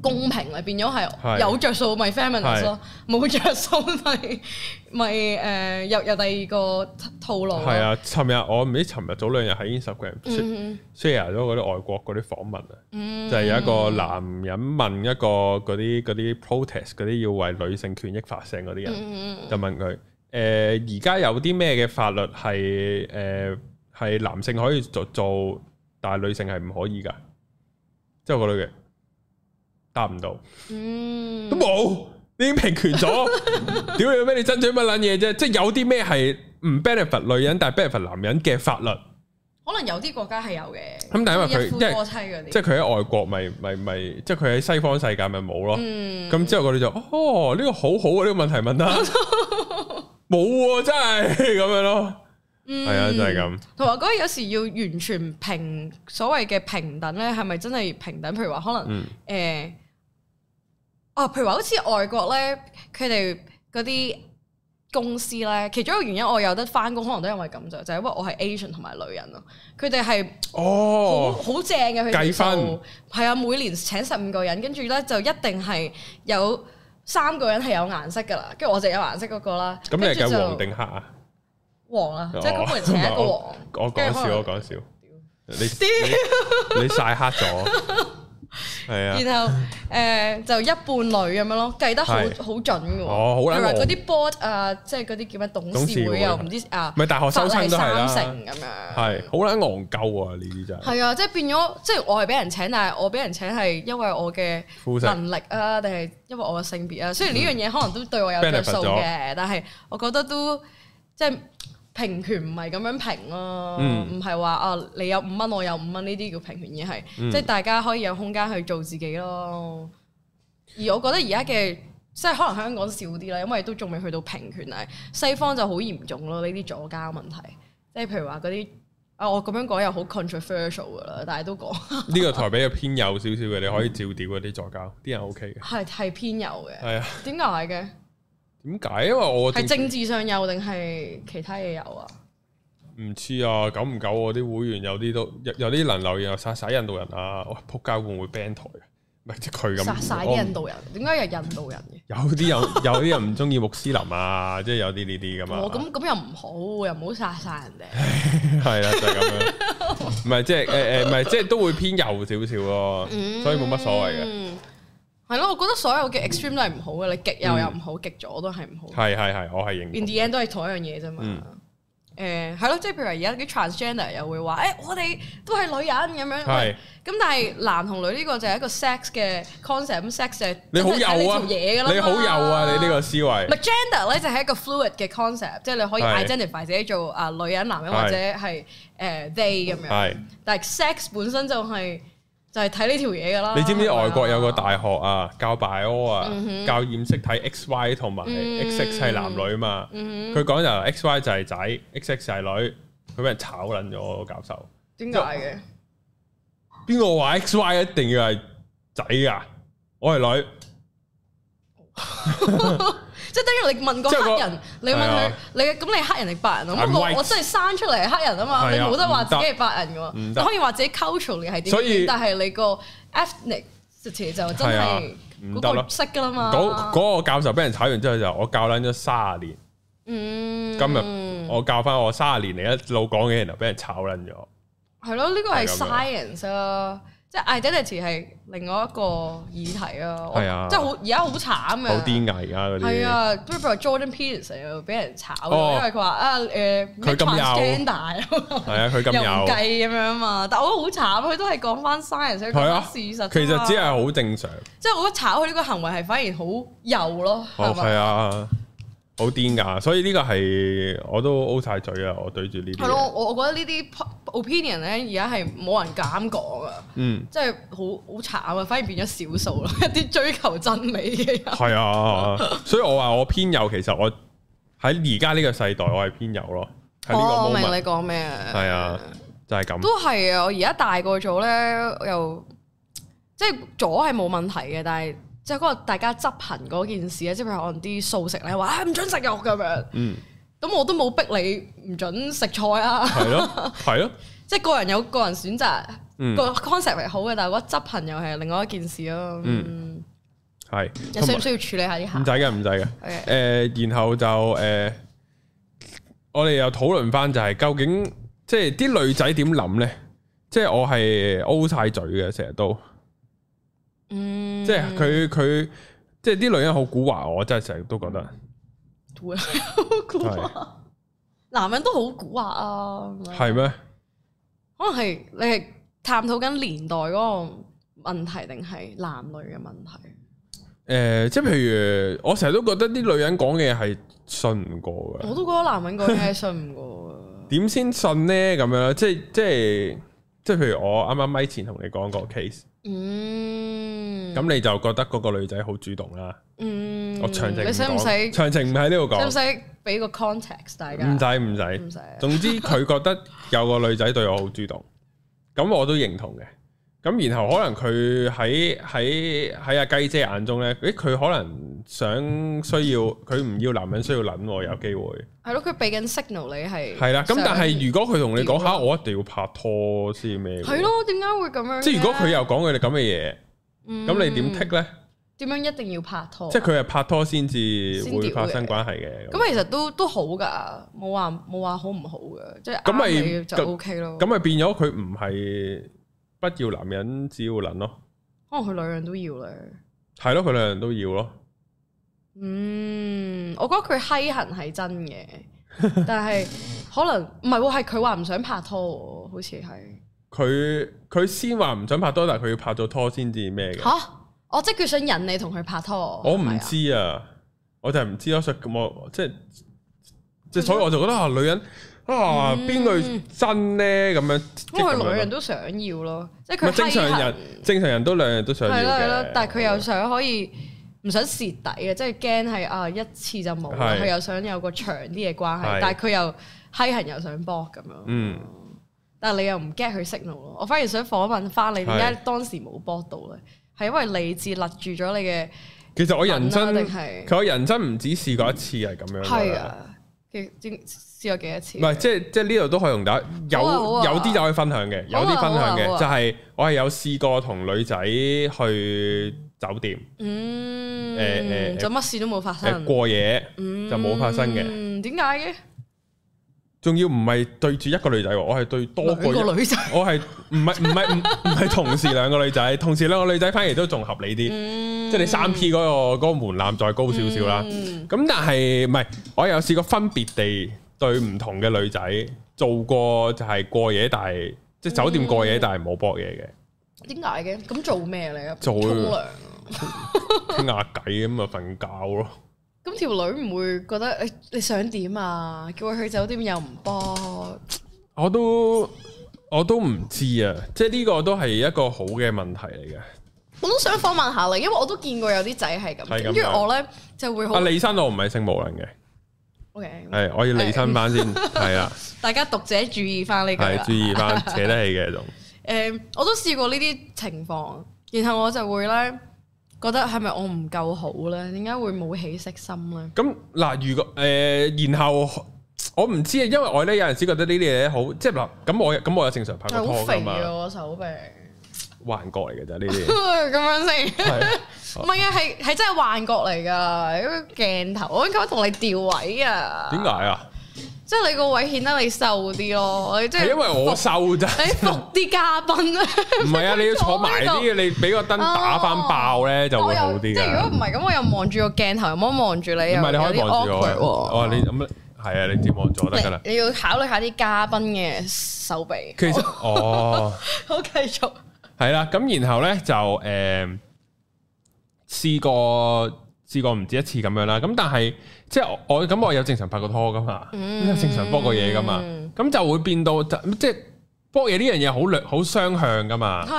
S2: 公平啦，變咗
S1: 係
S2: 係有着數咪 feminist 咯，冇着數咪 咪誒又又第二個套路咯，
S1: 係啊！尋日我唔知尋日早兩日喺 Instagram
S2: 嗯
S1: share 咗嗰啲外國嗰啲訪問啊，
S2: 嗯
S1: 就係有一個男人問一個嗰啲嗰啲 protest 嗰啲要為女性權益發聲嗰啲人，
S2: 嗯
S1: 就問佢誒而家有啲咩嘅法律係誒係男性可以做做，但係女性係唔可以㗎？之後個女嘅答唔到。
S2: 嗯
S1: 都冇，你已經平權咗。 屌你咩？你爭取乜撚嘢啫？即係有啲咩係唔 benefit 女人，但係 benefit 男人嘅法律，
S2: 嗯可能有啲國家係有嘅，
S1: 咁但係因為佢
S2: 一夫
S1: 因為
S2: 多妻嗰啲
S1: 即。係佢喺外國咪咪咪，即係佢喺西方世界咪冇咯。
S2: 嗯，
S1: 咁、之後佢哋就哦呢、個好好啊，呢、個問題問 得冇喎，真係咁樣咯。
S2: 係
S1: 係啊，就係。咁。
S2: 同埋我覺得有時要完全平所謂嘅平等咧，係咪真係平等？譬如話可能誒呃
S1: 嗯、
S2: 哦，譬如話好似外國咧，佢哋嗰啲公司咧，其中一個原因我有得翻工，可能都因為咁就就係因為我係 Asian 同埋女人咯，佢哋係好
S1: 哦，
S2: 好正嘅佢哋
S1: 計分
S2: 數係啊，每年請十五個人，跟住咧就一定係有三個人係有顏色噶啦，跟住我就有顏色嗰個啦。
S1: 咁你係
S2: 跟住
S1: 計
S2: 就
S1: 黃定黑啊？
S2: 黃啦，
S1: 哦
S2: 即係嗰個人請一 個黃。
S1: 我講
S2: 跟住可
S1: 笑，
S2: 能
S1: 我講笑。你你你曬黑咗，系啊，
S2: 然後誒就一半女咁樣咯，計得好
S1: 係
S2: 好準嘅喎。
S1: 哦好撚
S2: 譬如話
S1: 戇
S2: 嗰啲 board 啊，即係嗰啲叫咩董
S1: 董
S2: 事
S1: 事
S2: 會
S1: 會
S2: 又
S1: 啊
S2: 唔知啊，
S1: 咪大學收生都係啦
S2: 法例三成咁樣。
S1: 係好撚戇鳩啊！呢啲真係
S2: 係啊，即係變咗，即係我係俾人請，但係我俾人請係因為我嘅
S1: 膚色
S2: 能力啊，定係因為我嘅性別啊。雖然呢樣嘢可能都對我有着
S1: 嗯 Benefit
S2: 數嘅，但係我覺得都即係平權唔係咁樣平咯，
S1: 嗯
S2: 唔係話啊你有五蚊我有五蚊呢啲叫平權，而係、
S1: 嗯
S2: 即係大家可以有空間去做自己咯。而我覺得而家嘅即係可能香港少啲啦，因為都仲未去到平權啊。西方就好嚴重咯，呢啲左交問題，即係譬如話嗰啲啊，我咁樣講又好 controversial 噶啦，但係都講
S1: 呢個台比較偏右少少嘅，你可以照屌嗰啲左交，啲人 O K 嘅。
S2: 係係偏右嘅。
S1: 係啊，
S2: 點解嘅？
S1: 點解？因為我
S2: 係政治上右定係其他嘢右啊？
S1: 唔知啊，久唔久我啲會員有啲都有有啲能留言又殺晒印度人啊！哇，仆街會唔會 ban 台啊？唔係即係佢咁
S2: 殺晒
S1: 我唔
S2: 啲印度人，點解係印度人嘅？
S1: 有啲有有啲人唔中意穆斯林啊， 即係有啲呢啲咁啊，
S2: 哦，咁咁又唔好，又唔好殺晒人哋。
S1: 係啦，就係咁樣。唔係即係誒誒，唔係即係都會偏右少少咯，
S2: 嗯
S1: 所以冇乜所謂嘅。
S2: 嘅。係咯，我覺得所有嘅 extreme 都係唔好嘅，你極右
S1: 嗯
S2: 又唔好，極左都係唔好。
S1: 係係係，我係認同
S2: in。the end 都係同一樣嘢啫嘛。
S1: 嗯
S2: 誒係咯，即係譬如話而家啲 transgender 又會話，誒、我哋都係女人咁樣。
S1: 係
S2: 喂咁但係男同女呢個就係一個 sex 嘅 concept，咁 sex 就係
S1: 你好
S2: 真係睇你
S1: 右啊！
S2: 條嘢㗎啦。
S1: 你好右啊！你呢個。思維
S2: 咪 gender 咧就係一個 fluid 嘅 concept，即係你可以
S1: 係
S2: identify 自己做啊女人、男人
S1: 係
S2: 或者係誒 they 咁樣。
S1: 係。
S2: 但係 sex 本身就係就係睇呢條嘢㗎啦。
S1: 你知唔知
S2: 係咪啊嗯
S1: 外國有個大學啊，教 bio 啊，教染色體 X Y 同埋 X X 係男女嘛？
S2: 嗯
S1: 佢講就 X Y 就係仔，X X 係女，佢俾人炒撚咗個教授。
S2: 點解嘅？
S1: 邊個話 X Y 一定要係仔啊？我係女，
S2: 即係等於你問個
S1: 即係個
S2: 黑人，你問
S1: 係
S2: 佢
S1: 啊
S2: 你咁你黑人定白人啊？
S1: I'm
S2: 咁我
S1: white
S2: 我真係生出嚟係黑人啊嘛，
S1: 係啊
S2: 你冇得話自己
S1: 唔得
S2: 係白人嘅喎，
S1: 唔
S2: 你
S1: 得
S2: 可以話自己 cultural 你係點
S1: 所以
S2: 點，但係你個 ethnicity 就真
S1: 係啊
S2: 係
S1: 唔得
S2: 嗰
S1: 咯
S2: 個色㗎啦嘛。
S1: 嗰嗰個教授俾人炒完之後就我教撚咗卅年，
S2: 嗯，
S1: 今日我教翻我卅年嚟一路講嘅，然後俾人炒撚咗。
S2: 係咯，呢個係
S1: 係咁樣
S2: science 啊。即係 identity 係另外一個議題啊，我
S1: 係啊
S2: 即係好而家好慘啊，
S1: 好癲㗎而家嗰
S2: 係
S1: 啲，
S2: 啊，譬如話 Jordan Peterson 又俾人炒咗，
S1: 哦
S2: 因為佢話啊誒，
S1: 佢咁幼
S2: transgender 啊
S1: 係啊，佢咁
S2: 又唔
S1: 有，
S2: 計咁樣嘛，但我覺得好慘，佢都係講翻 science，佢講
S1: 係
S2: 翻
S1: 啊，
S2: 事
S1: 其
S2: 實。
S1: 實只係，好正常。
S2: 即係我覺得炒佢呢個行為係反而好幼咯，
S1: 哦，
S2: 係
S1: 係
S2: 咪？
S1: 啊，好癲噶，所以呢個係我都 O 晒嘴啊！我對住呢啲
S2: 係咯，
S1: 嘢，
S2: 我我覺得呢啲 po- opinion 咧，而家係冇人敢講啊，
S1: 嗯，
S2: 即係好好慘啊，反而變咗少數啦， 一啲追求真理嘅人。
S1: 係 啊，所以我話我偏右，其實我喺而家呢個世代，我係偏右咯，喺
S2: 哦我
S1: 呢
S2: 明
S1: 個
S2: 你
S1: moment
S2: 講咩？
S1: 係啊，就係咁，
S2: 都係啊！我而家大個咗咧，又即係左係冇問題嘅，但係即係嗰個大家執行嗰件事咧，即係譬如可能啲素食咧話啊唔准食肉咁樣，
S1: 嗯，
S2: 咁我都冇逼你唔准食菜 啊！
S1: 係 咯，係咯，
S2: 即係個人有個人選擇，
S1: 嗯
S2: 個 concept 係好嘅，但係我覺得執行又係另外一件事咯。嗯，
S1: 係，
S2: 你
S1: 同
S2: 需
S1: 埋
S2: 唔需要處理下啲
S1: 唔
S2: 客？
S1: 使嘅，唔使嘅。誒、然後就誒、我哋又討論翻就係究竟即係啲女仔點諗咧？即係我係 O 晒嘴嘅，成日都。
S2: 嗯，
S1: 即係佢佢即係啲女人好古惑，我真係成日都覺得
S2: 會好古惑，男人都好古惑啊！
S1: 係咩？
S2: 可能係你係探討緊年代嗰個問題，定係男女嘅問題？
S1: 诶、即係譬如我成日都覺得啲女人講嘅嘢係信唔過嘅，
S2: 我都覺得男人講嘢係信唔過 㗎
S1: 點先信呢？咁樣即係即係即係譬如我啱啱咪前同你講個 case，
S2: 嗯，
S1: 咁、你就覺得嗰個女仔好主動啦。
S2: 嗯，
S1: 我詳情
S2: 你使唔
S1: 唔
S2: 使
S1: 講詳情唔喺呢度
S2: 使唔
S1: 講，
S2: 使俾個 context 大家？
S1: 唔使唔使。
S2: 唔使啊。
S1: 總之佢覺得有個女仔對我好主動，咁我都認同嘅。咁然後可能佢喺喺喺阿雞姐眼中呢，咦佢可能想需要佢唔要男人需要撚喎，有機會
S2: 係咯，佢俾緊 signal 你係
S1: 係啦。咁
S2: 想
S1: 但係如果佢同你講
S2: 要
S1: 下，我一定要拍拖先咩？
S2: 係，咯，點解會咁樣嘅？
S1: 即係如果佢又講佢哋咁嘅嘢，
S2: 嗯哦
S1: 咁你點剔呢？
S2: 點樣一定要拍拖？
S1: 即係佢係拍拖先至會發生關係嘅。咁
S2: 咁其實都都好㗎，冇話冇話好唔好㗎，即係
S1: 咁咪
S2: 啱你就
S1: 咁
S2: OK 咯。
S1: 咁咪變咗佢唔係不要男人，只要撚咯。
S2: 可能佢兩樣都要咧。
S1: 係咯，佢兩樣都要咯。
S2: 嗯，我覺得佢閪痕係真 嘅，但係可能唔係喎，係佢話唔想拍拖喎，好似係
S1: 佢佢先話唔想拍拖，但係佢要拍咗拖先至咩嘅。
S2: 吓，我即係佢想引你同佢拍拖。
S1: 啊我
S2: 哦係
S1: 唔
S2: 咪啊，
S1: 知啊，我就係唔知咯。所以我即係即係，所以我就覺得啊，女人啊
S2: 嗯
S1: 邊句真咧咁樣。
S2: 因為佢兩樣都想要咯，即係
S1: 唔
S2: 佢
S1: 係正常
S2: 閪痕
S1: 人，正常人都兩樣都想要
S2: 係咯係
S1: 嘅
S2: 咯，。但係佢又想可以唔想蝕底嘅，即係驚係啊一次就冇啦，
S1: 係
S2: 佢又想有個長啲嘅關
S1: 係
S2: 係，但係佢又閪痕又想搏咁樣。
S1: 嗯，
S2: 但係你又唔 get 佢 signal 咯。我反而想訪問翻你點解當時冇搏到咧？係因為理智勒住咗你嘅
S1: 其實我人
S2: 品啊
S1: 生
S2: 定係
S1: 佢我人生唔止試過一次係咁樣。
S2: 係。啊？幾點試過幾多次？
S1: 唔係，即係即係呢度都可以同大家有
S2: 好啊好啊
S1: 有啲就可以分享嘅，有
S2: 好啊
S1: 啲分享嘅
S2: 好啊好啊
S1: 就係我係有試過同女仔去酒店誒誒
S2: 嗯，
S1: 誒
S2: 就乜事都冇發
S1: 誒
S2: 生，
S1: 過夜，
S2: 就
S1: 就冇發生嘅
S2: 嗯，點解嘅？
S1: 仲要唔係對住一個女仔喎，我係對多過
S2: 兩
S1: 一
S2: 個女仔，
S1: 我係唔係唔係唔唔係同時兩個女仔， 同時兩個女仔反而都仲合理啲，
S2: 即
S1: 嗯即係你三 P 嗰、個嗰、個門檻再高少少啦。
S2: 嗯
S1: 咁、但係唔係我有試過分別地對唔同嘅女仔做過就係過夜，但係即係酒店過夜，但係冇搏嘢嘅。
S2: 點解嘅？咁做咩嚟啊？
S1: 做
S2: 沖涼。
S1: 傾下偈咁啊瞓覺咯。
S2: 咁條女唔會覺得你你想點啊？叫佢去酒店又唔幫，
S1: 我都我都唔知啊，即係呢個都係一個好嘅問題嚟嘅。
S2: 我都想訪問下你，因為我都見過有啲仔係咁
S1: 係咁樣啊
S2: 嘅，跟住我咧就會好
S1: 阿。李生我唔係性無能嘅，
S2: OK，
S1: 係我要理身翻先，係 啦，
S2: 大家讀者注意翻呢句啦
S1: 係注。意 翻扯得起嘅仲。
S2: 誒、我都試過呢啲情況，然後我就會咧覺得係咪我唔夠好咧？點解會冇起色心咧？
S1: 咁嗱，如果誒、呃然後我唔知啊，因為我咧有陣時覺得呢啲嘢好，即係嗱，咁我咁我有正常拍過
S2: 係
S1: 拖
S2: 好
S1: 噶
S2: 肥
S1: 嘛，
S2: 啊！我手臂
S1: 幻覺嚟嘅咋呢啲，
S2: 咁樣先。
S1: 係
S2: 唔係啊，係係真係幻覺嚟㗎，因為鏡頭我應該同你調位啊。
S1: 點解啊？
S2: 即係你個位顯得你瘦啲咯，你即係
S1: 係因為我瘦 咋，
S2: 你服啲嘉賓啊，
S1: 唔係啊，你要坐埋啲，你俾個燈打翻爆咧 就
S2: 我
S1: 會
S2: 又
S1: 好啲
S2: 即係如
S1: 㗎。
S2: 果唔係咁，我又望住個鏡頭，又冇望住你，
S1: 唔
S2: 又
S1: 係你可以
S2: 有啲
S1: 望住
S2: awkward
S1: 我，
S2: 喎
S1: 哦你咁係啊，你接望咗得㗎啦。
S2: 你你要考慮下啲嘉賓嘅手臂。
S1: 其實哦。
S2: 好繼續，
S1: 係啦，咁然後咧就誒試過試過唔止一次咁樣啦，咁但係即係我我咁我有正常拍過拖噶嘛，
S2: 嗯
S1: 有正常波過嘢噶嘛，咁就會變到就即係波嘢呢樣嘢好兩好雙向噶嘛，
S2: 係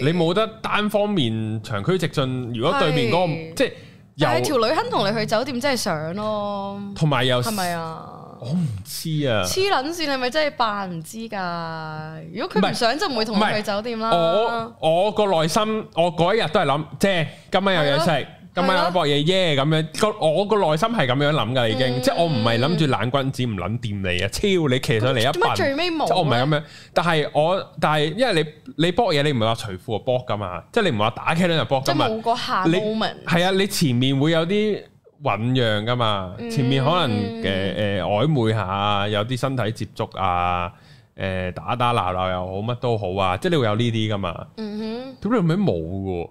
S1: 啊你冇得單方面長驅直進，如果對面嗰、
S2: 係
S1: 個即
S2: 但
S1: 係
S2: 係
S1: 有
S2: 條女肯同你去酒店真係想咯，
S1: 同埋有
S2: 係咪啊？
S1: 我唔知啊，
S2: 黐撚線，你咪真係扮唔知㗎？如果
S1: 唔
S2: 佢
S1: 係
S2: 唔想就唔會同
S1: 唔
S2: 你
S1: 係
S2: 去酒店啦。
S1: 我我個內心，我嗰一日都係諗，即今晚有嘢
S2: 係
S1: 食
S2: 咯，
S1: 今晚有博嘢耶咁樣。個我個內心係咁樣諗噶，已經，
S2: 嗯
S1: 即係我唔係諗住冷君子唔撚掂你啊，超你騎上嚟一
S2: 做乜
S1: 笨。
S2: 最尾冇啊
S1: 即係我唔係
S2: 咧
S1: 咁樣，但係我但係因為你你搏嘢，你唔係話除褲就搏噶嘛，即係你唔係話打茄輪就搏
S2: 即
S1: 噶
S2: 係
S1: 嘛，
S2: 冇嗰下
S1: 你
S2: moment。
S1: 係啊，你前面會有啲醖釀噶嘛，
S2: 嗯
S1: 前面可能誒誒曖昧下，有啲身體接觸啊，誒、打打鬧鬧又好，乜都好啊，即係你會有呢啲噶嘛。
S2: 嗯
S1: 屌你咪冇嘅喎，
S2: 哼，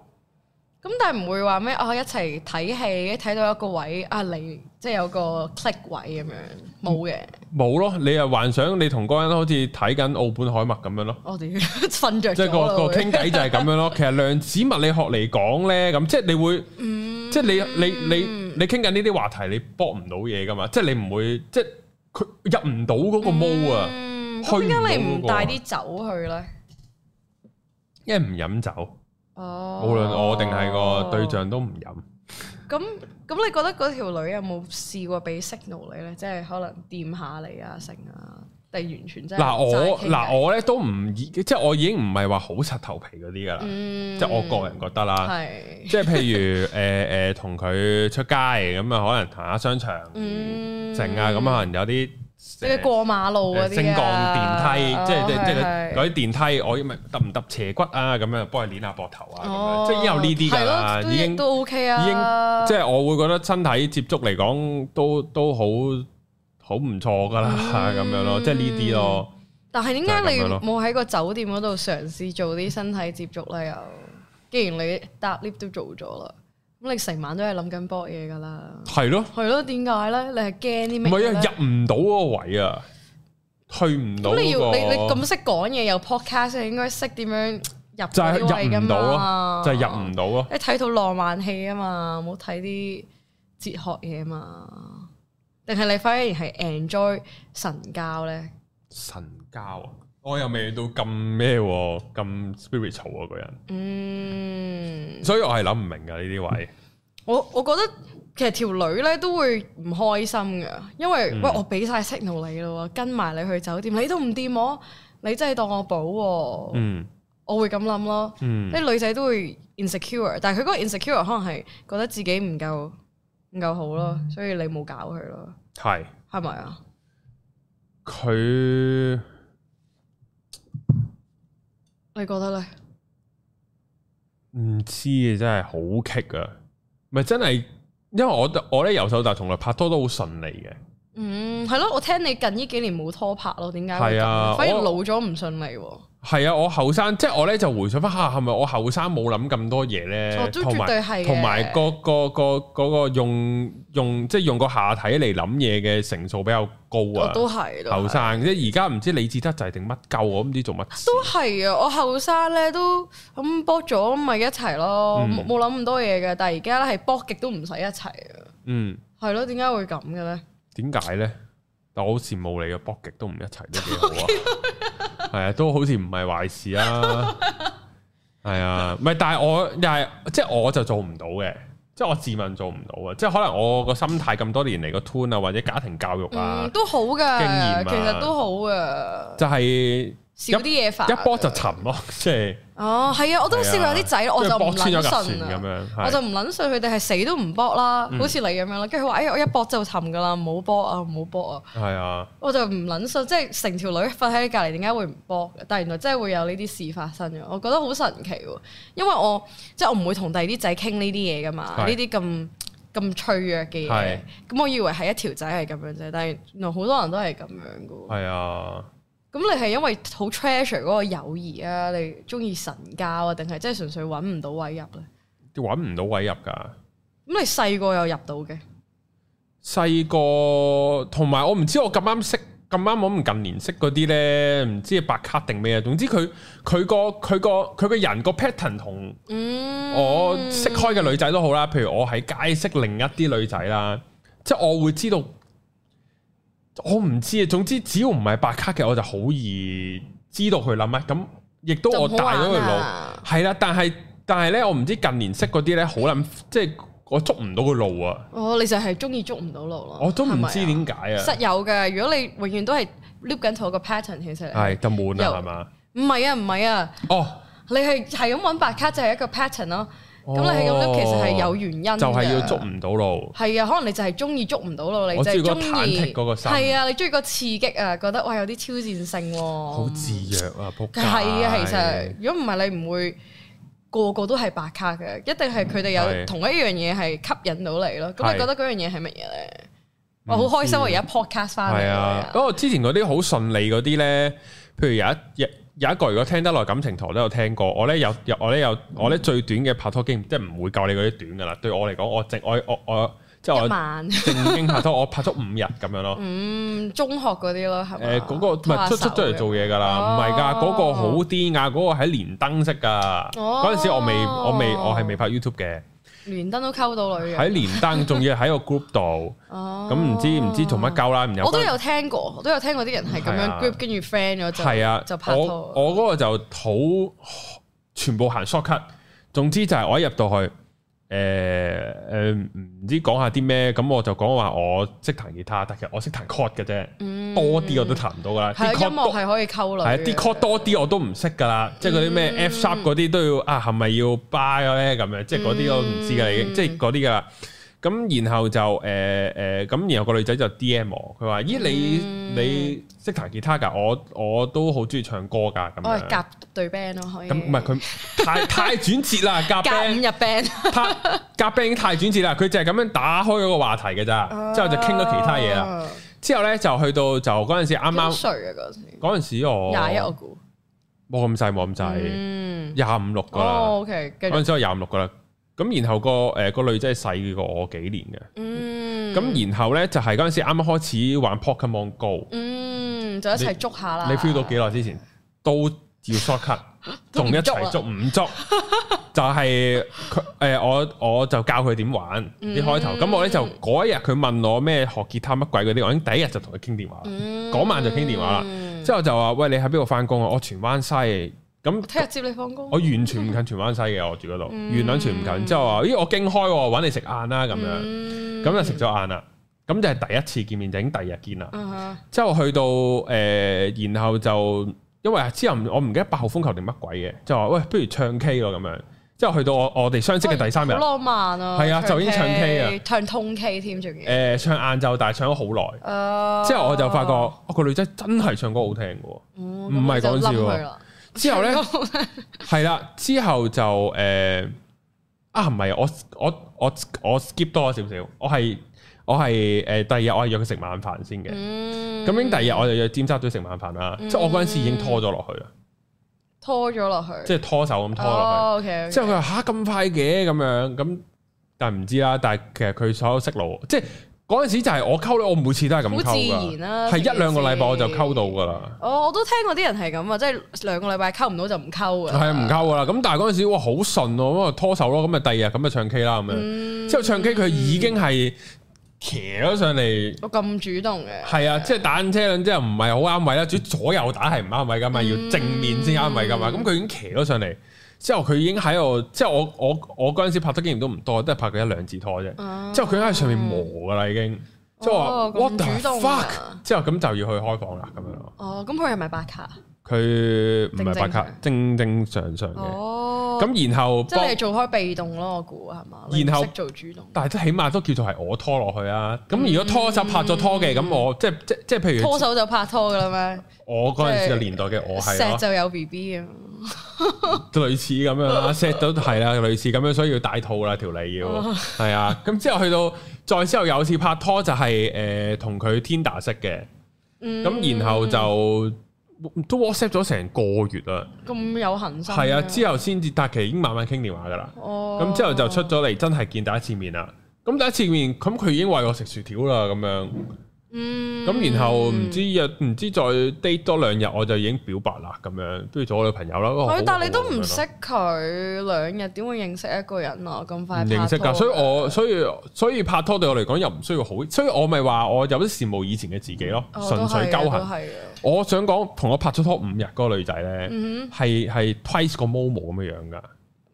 S2: 咁但係唔會話咩？哦，一齊睇戲，睇到一個位啊，你即係有個 click 位咁樣，冇嘅。
S1: 冇咯！你又幻想你同嗰個人好似睇緊澳本海默咁樣 咯，
S2: 我哋瞓着
S1: 即係
S2: 咗
S1: 個
S2: 啦
S1: 個
S2: 會
S1: 傾偈就係咁樣 咯。其實量子物理學嚟講咧，咁即係你會，
S2: 嗯
S1: 即係你你你你傾緊呢啲話題，你搏唔到嘢噶嘛？即係你唔會，即係佢入唔到嗰個毛啊，
S2: 嗯，
S1: 去唔
S2: 咁點解
S1: 到
S2: 你
S1: 嗰個
S2: 唔帶啲酒去咧？
S1: 因為唔飲酒，
S2: 哦，
S1: 無論我定係個對。象都唔飲。
S2: 咁咁，你覺得嗰條女有冇試過俾 signal 你咧？即係可能掂下你啊，成啊，定完全真係
S1: 嗱我
S2: 齋傾偈
S1: 嗱我咧都唔以，即係我已經唔係話好柒頭皮嗰啲噶啦，
S2: 嗯
S1: 即係我個人覺得啦。
S2: 係
S1: 即係譬如誒誒同佢出街咁啊，可能行下商場
S2: 嗯
S1: 成啊，咁可能有啲
S2: 即係過馬路嗰
S1: 誒
S2: 啲
S1: 升降
S2: 啊
S1: 電梯，即係即係即係
S2: 係
S1: 嗰啲電梯，我咪揼唔揼斜骨啊，咁樣幫佢捏下膊頭啊，咁樣即係已經有呢啲㗎啦，
S2: 哦係咯
S1: 已經
S2: 都都 OK
S1: 已經
S2: 啊，
S1: 即係我會覺得身體接觸嚟講都都好好唔錯㗎啦，
S2: 嗯
S1: 咁樣咯，即係呢啲咯。
S2: 但係點解
S1: 就係咁
S2: 你
S1: 樣咯
S2: 冇喺個酒店嗰度嘗試做啲身體接觸咧？又既然你搭 lift 都做咗啦，咁你成晚都係諗緊搏嘢㗎啦。
S1: 係啊咯，
S2: 係咯，點解咧？你係驚啲
S1: 唔
S2: 咩？
S1: 係啊，入唔到嗰個位啊，去唔到
S2: 咁你
S1: 嗰
S2: 要
S1: 個
S2: 你你咁識講嘢又 podcast，你應該識點樣入
S1: 就係
S2: 嗰啲位
S1: 入
S2: 㗎
S1: 唔到
S2: 嘛
S1: 咯，？就係入唔到咯。
S2: 你睇套浪漫戲啊嘛，冇睇啲哲學嘢嘛？定係你反而係 enjoy 神教咧？
S1: 神交啊，我又未到咁咩喎，咁 spiritual 啊個人，
S2: 嗯，
S1: 所以我係諗唔明噶呢啲位。
S2: 我我覺得其實條女咧都會唔開心噶，因為、
S1: 嗯
S2: 喂我俾晒 signal 你咯喎，跟埋你去酒店，你都唔掂我，你真係當我寶喎、
S1: 嗯
S2: 我會咁諗咯。
S1: 嗯
S2: 啲女仔都會 insecure，但係佢嗰個 insecure 可能係覺得自己唔夠唔夠好咯，
S1: 嗯
S2: 所以你冇搞佢咯，
S1: 係
S2: 係咪啊？
S1: 佢
S2: 你覺得咧？
S1: 唔知嘅真係好棘啊，咪真係，因為我我咧由手達同佢拍拖都好順利嘅。
S2: 嗯，係咯，我聽你近呢幾年冇拖拍咯，點解會
S1: 係
S2: 咁？
S1: 啊
S2: 反而
S1: 我
S2: 老咗唔順利喎。
S1: 係啊，我後生即係我咧就回想翻下，係咪我後生冇諗咁多嘢咧？
S2: 哦都
S1: 同埋
S2: 絕對係嘅
S1: 同埋個個個嗰個用用即係用個下體嚟諗嘢嘅成數比較高
S2: 我
S1: 啊。
S2: 哦都係都係
S1: 後生即係而家唔知李志德就係定乜鳩，我唔知做乜事。
S2: 都係啊！我後生咧都咁搏咗，咪一齊咯，
S1: 嗯
S2: 冇冇諗咁多嘢嘅。但係而家咧係搏極都唔使一齊啊，
S1: 嗯，
S2: 係咯？點解會咁嘅咧？
S1: 點解咧？但我好羨慕你嘅搏極都唔一齊都幾好啊。係啊，都好似唔係壞事啊。係啊，唔係，但係我又係即係我就做唔到嘅，即係我自問做唔到啊。即係可能我個心態咁多年嚟個 tune 啊，或者家庭教育啊
S2: 嗯，，都好噶
S1: 經驗啊，
S2: 其實都好噶，
S1: 就係
S2: 少啲嘢煩。
S1: 一波就沉咯， 即係
S2: 哦，係啊！我都試過有啲仔，我就唔
S1: 搏穿咗
S2: 撚
S1: 架船
S2: 信
S1: 咁
S2: 啊，
S1: 樣。
S2: 我
S1: 係嗯
S2: 就唔撚信佢哋係死都唔搏啦，好似你咁樣啦。跟住佢話：哎呀，我一搏就沉噶啦，唔好搏啊，唔好搏啊！
S1: 係啊，
S2: 我就唔撚信，即係成條女瞓喺你隔離，點解會唔搏嘅？但係原來真係會有呢啲事發生嘅，我覺得好神奇喎。因為我即係我唔會同第二啲仔傾呢啲嘢噶嘛，
S1: 係
S2: 呢啲咁咁脆弱嘅嘢
S1: 係。
S2: 咁我以為係一條仔係咁樣啫，但係原來好多人都係咁樣嘅喎。
S1: 係啊。
S2: 咁你係因為好 treasure 嗰個友誼啊，你中意神交啊，定係真係純粹揾唔到位入咧？
S1: 揾唔到位入㗎。
S2: 咁你細個又入到嘅，
S1: 細個同埋我唔知我咁啱識咁啱我唔近年識嗰啲咧，唔知係白卡定咩啊？總之佢佢個佢個佢個人個 pattern 同
S2: 嗯，
S1: 我識開嘅女仔都好啦。譬如我喺街識另一啲女仔啦，即係我會知道，我唔知啊。總之只要唔係白卡嘅，我就好易知道佢諗乜。咁亦都我
S2: 就唔好
S1: 大咗佢
S2: 玩
S1: 腦。
S2: 啊
S1: 係啦，但係但係咧，我唔知近年識嗰啲咧，好諗即係我捉唔到個路啊！
S2: 哦，你就係中意捉唔到路咯。
S1: 我都
S2: 係
S1: 唔
S2: 咪啊
S1: 知點解啊，
S2: 實有嘅。如果你永遠都係 loop 緊同一個 pattern，其實
S1: 係就悶
S2: 又
S1: 啦，係嘛？
S2: 唔係啊，唔係啊，
S1: 哦，
S2: 你係係咁揾白卡就係一個 pattern 咯。
S1: 哦
S2: 咁你係咁 loop 其實係有原因嘅
S1: 就係要捉。唔到路，
S2: 係啊，可能你就係中意捉唔到咯，你
S1: 我
S2: 就
S1: 知嗰
S2: 係
S1: 個
S2: 中
S1: 忐忑
S2: 意
S1: 嗰個心
S2: 係啊，你中意個刺激啊，覺得哇有啲挑戰性喎。
S1: 好自虐哦啊！仆街
S2: 係啊，其實如果唔係你唔會個個都係白卡嘅，一定係佢哋有
S1: 係
S2: 同一樣嘢係吸引到你咯。咁
S1: 係
S2: 你覺得嗰樣嘢係乜嘢咧？
S1: 唔
S2: 我好開心
S1: 知啊
S2: 我而家 podcast 翻嚟
S1: 係啊。不
S2: 啊！
S1: 過之前嗰啲好順利嗰啲咧，譬如有一有有一個如果聽得耐感情台都有聽過，我咧有有我咧有我
S2: 嗯
S1: 咧最短嘅拍拖經驗，即係唔會夠你嗰啲短噶啦。對我嚟講，我正我我我即係
S2: 一
S1: 我
S2: 晚
S1: 正經拍拖，我拍咗五日咁樣咯。
S2: 嗯，中學嗰啲咯，係
S1: 誒
S2: 咪？
S1: 嗰個唔係出出咗嚟做
S2: 嘢。
S1: 嘢㗎啦，
S2: 哦
S1: 唔係㗎，嗰個好癲㗎，嗰個喺連登識㗎。
S2: 哦
S1: 嗰陣時我未我未我係未拍 YouTube 嘅，
S2: 連登都溝到女
S1: 喺
S2: 嘅。
S1: 連登仲要喺個 group 度，
S2: 啊哦
S1: 咁唔知唔知做乜鳩啦，唔有
S2: 我都
S1: 關
S2: 有聽過，我都有聽過啲人係咁
S1: 係
S2: 樣
S1: 啊
S2: group 跟住 friend 咗就
S1: 係啊，
S2: 就拍
S1: 我
S2: 拖。
S1: 我嗰個就好全部行 shortcut，總之就係我一入到去。誒誒唔知講下啲咩，咁我就講話我識彈吉他，但其實我識彈 chord 嘅啫，多啲我都彈唔到噶啦。
S2: 嗯係
S1: 啲
S2: 啊，
S1: chord
S2: 音
S1: 多
S2: 樂係可以溝女
S1: 係啊
S2: 嘅。
S1: 啲 chord 多啲我都唔識噶啦，即係嗰啲
S2: 嗯
S1: 咩 F sharp 嗰啲都要啊，係咪要 buy 咧咁樣？即係嗰啲我唔知噶，已經
S2: 嗯
S1: 即係嗰啲噶啦。咁然後就誒誒，呃咁、然後個女仔就 D M 我，佢話：咦，你、
S2: 嗯
S1: 你識彈吉他㗎？我我都好中意唱歌㗎咁
S2: 我係
S1: 樣。
S2: 夾對 band 咯，可以。
S1: 咁唔係 佢太太轉折啦，夾
S2: 夾五
S1: band
S2: 入 band。
S1: 太夾 band 已經太轉折啦，佢就係咁樣打開嗰個話題嘅咋，之後就傾咗其他嘢啦。
S2: 啊。
S1: 之後咧就去到就嗰陣時啱哦
S2: 啱啱
S1: 啱
S2: 歲啊嗰陣時，
S1: 嗰陣時我
S2: 廿一我估。
S1: 冇咁細冇咁細。
S2: 嗯，
S1: 廿五六噶啦，
S2: 哦，OK，繼
S1: 嗰
S2: 續
S1: 陣時我廿五六噶啦。咁然後個誒個女仔係細過我幾年嘅。
S2: 嗯，
S1: 咁然後咧就係嗰陣時啱啱開始玩 Pokemon Go，
S2: 嗯，就一齊捉下啦。
S1: 你 feel 到幾耐之前都要 short cut，仲一
S2: 啊
S1: 齊捉唔捉？就係佢誒我我就教佢點玩
S2: 嗯
S1: 啲開頭，咁我咧就嗰一日佢問我咩學吉他乜鬼嗰啲，我已經第一日就同佢傾電話啦，
S2: 嗯？
S1: 嗰晚就傾電話啦之後就話喂你喺邊度翻工啊？我荃灣西，
S2: 聽日
S1: 咁
S2: 接你放工。
S1: 我完全唔近荃灣西嘅，我住嗰度，
S2: 嗯
S1: 完撚全唔近。之後話咦我經開喎，揾你食晏啦咁樣。
S2: 嗯
S1: 咁就食咗晏啦。咁就係第一次見面，就已經第二日見啦。
S2: 嗯哼
S1: 之後去到誒、呃然後就因為之後唔我唔記得八號風球定乜鬼嘅，就話喂，不如唱 K 咯咁樣。之後去到我我哋相識嘅第三日，
S2: 哦好
S1: 誒、
S2: 浪漫啊！
S1: 係啊就已經唱 K 啊
S2: 唱通 K 添，仲要。
S1: 呃唱晏晝，但係唱咗好耐。
S2: 誒
S1: 之後我就發覺，哦個女仔真係唱歌好聽嘅喎。
S2: 唔
S1: 唔係講笑喎之後咧係啦，之後就誒、呃啊唔係我我我我 skip 多咗少少，我係我係誒、呃第二日我係約佢食晚飯先嘅。
S2: 嗯，
S1: 咁已經第二日我就約尖沙咀食晚飯啦，即係我嗰陣時已經拖咗落去
S2: 嗯
S1: 啦，
S2: 拖咗落去，哦
S1: 即係拖手咁拖落
S2: O K，
S1: 去。之後佢話吓咁快嘅咁樣，咁但係唔知啦。但係其實佢所有識路，即係嗰陣時就係我溝女，我每次都係咁
S2: 好自
S1: 溝
S2: 然
S1: 噶，
S2: 啦
S1: 係
S2: 成件
S1: 一
S2: 事
S1: 兩個禮拜我就溝到噶啦，
S2: 哦我我都聽過啲人係咁啊，即係兩個禮拜溝唔到就唔溝啊。
S1: 係唔溝噶啦。咁但係嗰陣時哇好順咯，咁啊拖手咯，咁啊第二日咁就唱 K 啦咁樣。
S2: 嗯
S1: 之後唱 K 佢已經係騎咗上嚟。
S2: 我咁主動嘅，
S1: 係啊，即係打緊車輪之後唔係好啱位啦，主要左右打係唔啱位噶
S2: 嗯
S1: 嘛，要正面先啱位噶嘛。咁佢、已經騎咗上嚟，之後佢已經喺度，即係我我我嗰陣時拍得經驗都唔多，都係拍佢一兩次拖啫。
S2: 啊
S1: 之後佢已經喺上面磨噶啦，已經。即係話
S2: 哦
S1: what
S2: 咁
S1: the
S2: 主動
S1: fuck！
S2: 啊
S1: 之後咁就要去開房啦，咁樣咯。
S2: 哦，咁佢係咪白卡？
S1: 佢唔係白卡，正正常常嘅。
S2: 哦，
S1: 咁然後
S2: 即係
S1: 幫
S2: 你係做開被動咯，我估係嘛？
S1: 然後
S2: 你唔識做主動，
S1: 但係都起碼都叫做係我拖落去啊！咁如果拖手拍咗拖嘅，咁我即係即係即係譬
S2: 拖
S1: 如
S2: 手就拍拖噶啦
S1: 我嗰陣時嘅年代嘅
S2: 咩？
S1: 我哦係
S2: 錫
S1: 咯。
S2: 就有 B B 啊，
S1: 類似咁樣 啦，set 到係啦，類似咁樣，所以要戴套啦條脷 要係啊。咁之後去到再之後有次拍拖就係誒同佢 Tinder 識嘅，咁然後就都 WhatsApp 咗成個月啦，
S2: 咁有恒心。
S1: 係啊，之後先至但其實已經慢慢傾電話噶啦。
S2: 哦，
S1: 咁之後就出咗嚟，真係見第一次面啦。咁第一次面，咁佢已經餵我食薯條啦，咁樣。
S2: 嗯，
S1: 咁然後唔知約唔知再 date 多兩日，我就已經表白啦，咁樣不如做我女朋友啦。哦好啊
S2: 係，但係你都
S1: 好啊咁樣
S2: 唔
S1: 啦
S2: 識佢兩日，點會認識一個人啊？咁快
S1: 唔認識㗎，所以我所以所以拍拖對我嚟講又唔需要好，所以我咪話我有啲羨慕以前嘅自己咯，純粹
S2: 交
S1: 鳩
S2: 行
S1: 痕。
S2: 嗯哦係啊，
S1: 我想講同我拍咗拖五日嗰個女仔咧，
S2: 嗯
S1: 係係 twice 個 Momo 咁樣樣㗎
S2: 哼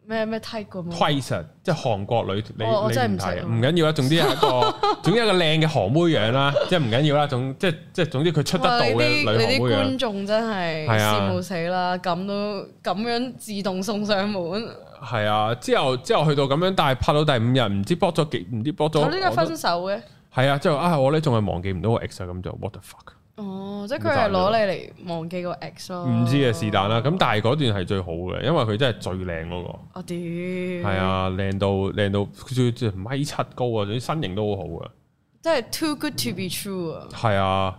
S2: 咩咩 type 咁啊？
S1: ，twice 啊即係韓國女，你你
S2: 我我真係
S1: 唔
S2: 唔識
S1: 睇
S2: 啊
S1: 唔緊要啦，總之係一 個總之係一個靚嘅韓妹樣啦，即係唔緊要啦，總即係即係總之佢出得到
S2: 哇
S1: 嘅
S2: 你
S1: 女
S2: 啲你
S1: 韓
S2: 啲
S1: 妹樣
S2: 觀眾真係
S1: 係啊
S2: 羨慕死啦！咁都咁樣自動送上門，我
S1: 係啊，之後之後去到咁樣，但係拍到第五日唔知搏咗幾唔知搏咗，
S2: 哦呢個
S1: 我都
S2: 分手嘅。
S1: 係啊，之後啊我咧仲係忘記唔到個 ex 啊，咁就 what the fuck。
S2: 哦，即係佢係攞你嚟忘記個 ex 咯。
S1: 唔知嘅是但啦，咁但係嗰段係最好嘅，因為佢真係最靚嗰個，
S2: 我屌。
S1: 係
S2: 係，
S1: 啊，靚到靚到，佢仲要米七高啊，啲身形都好好啊，
S2: 即係 too good to be true 啊！
S1: 係啊，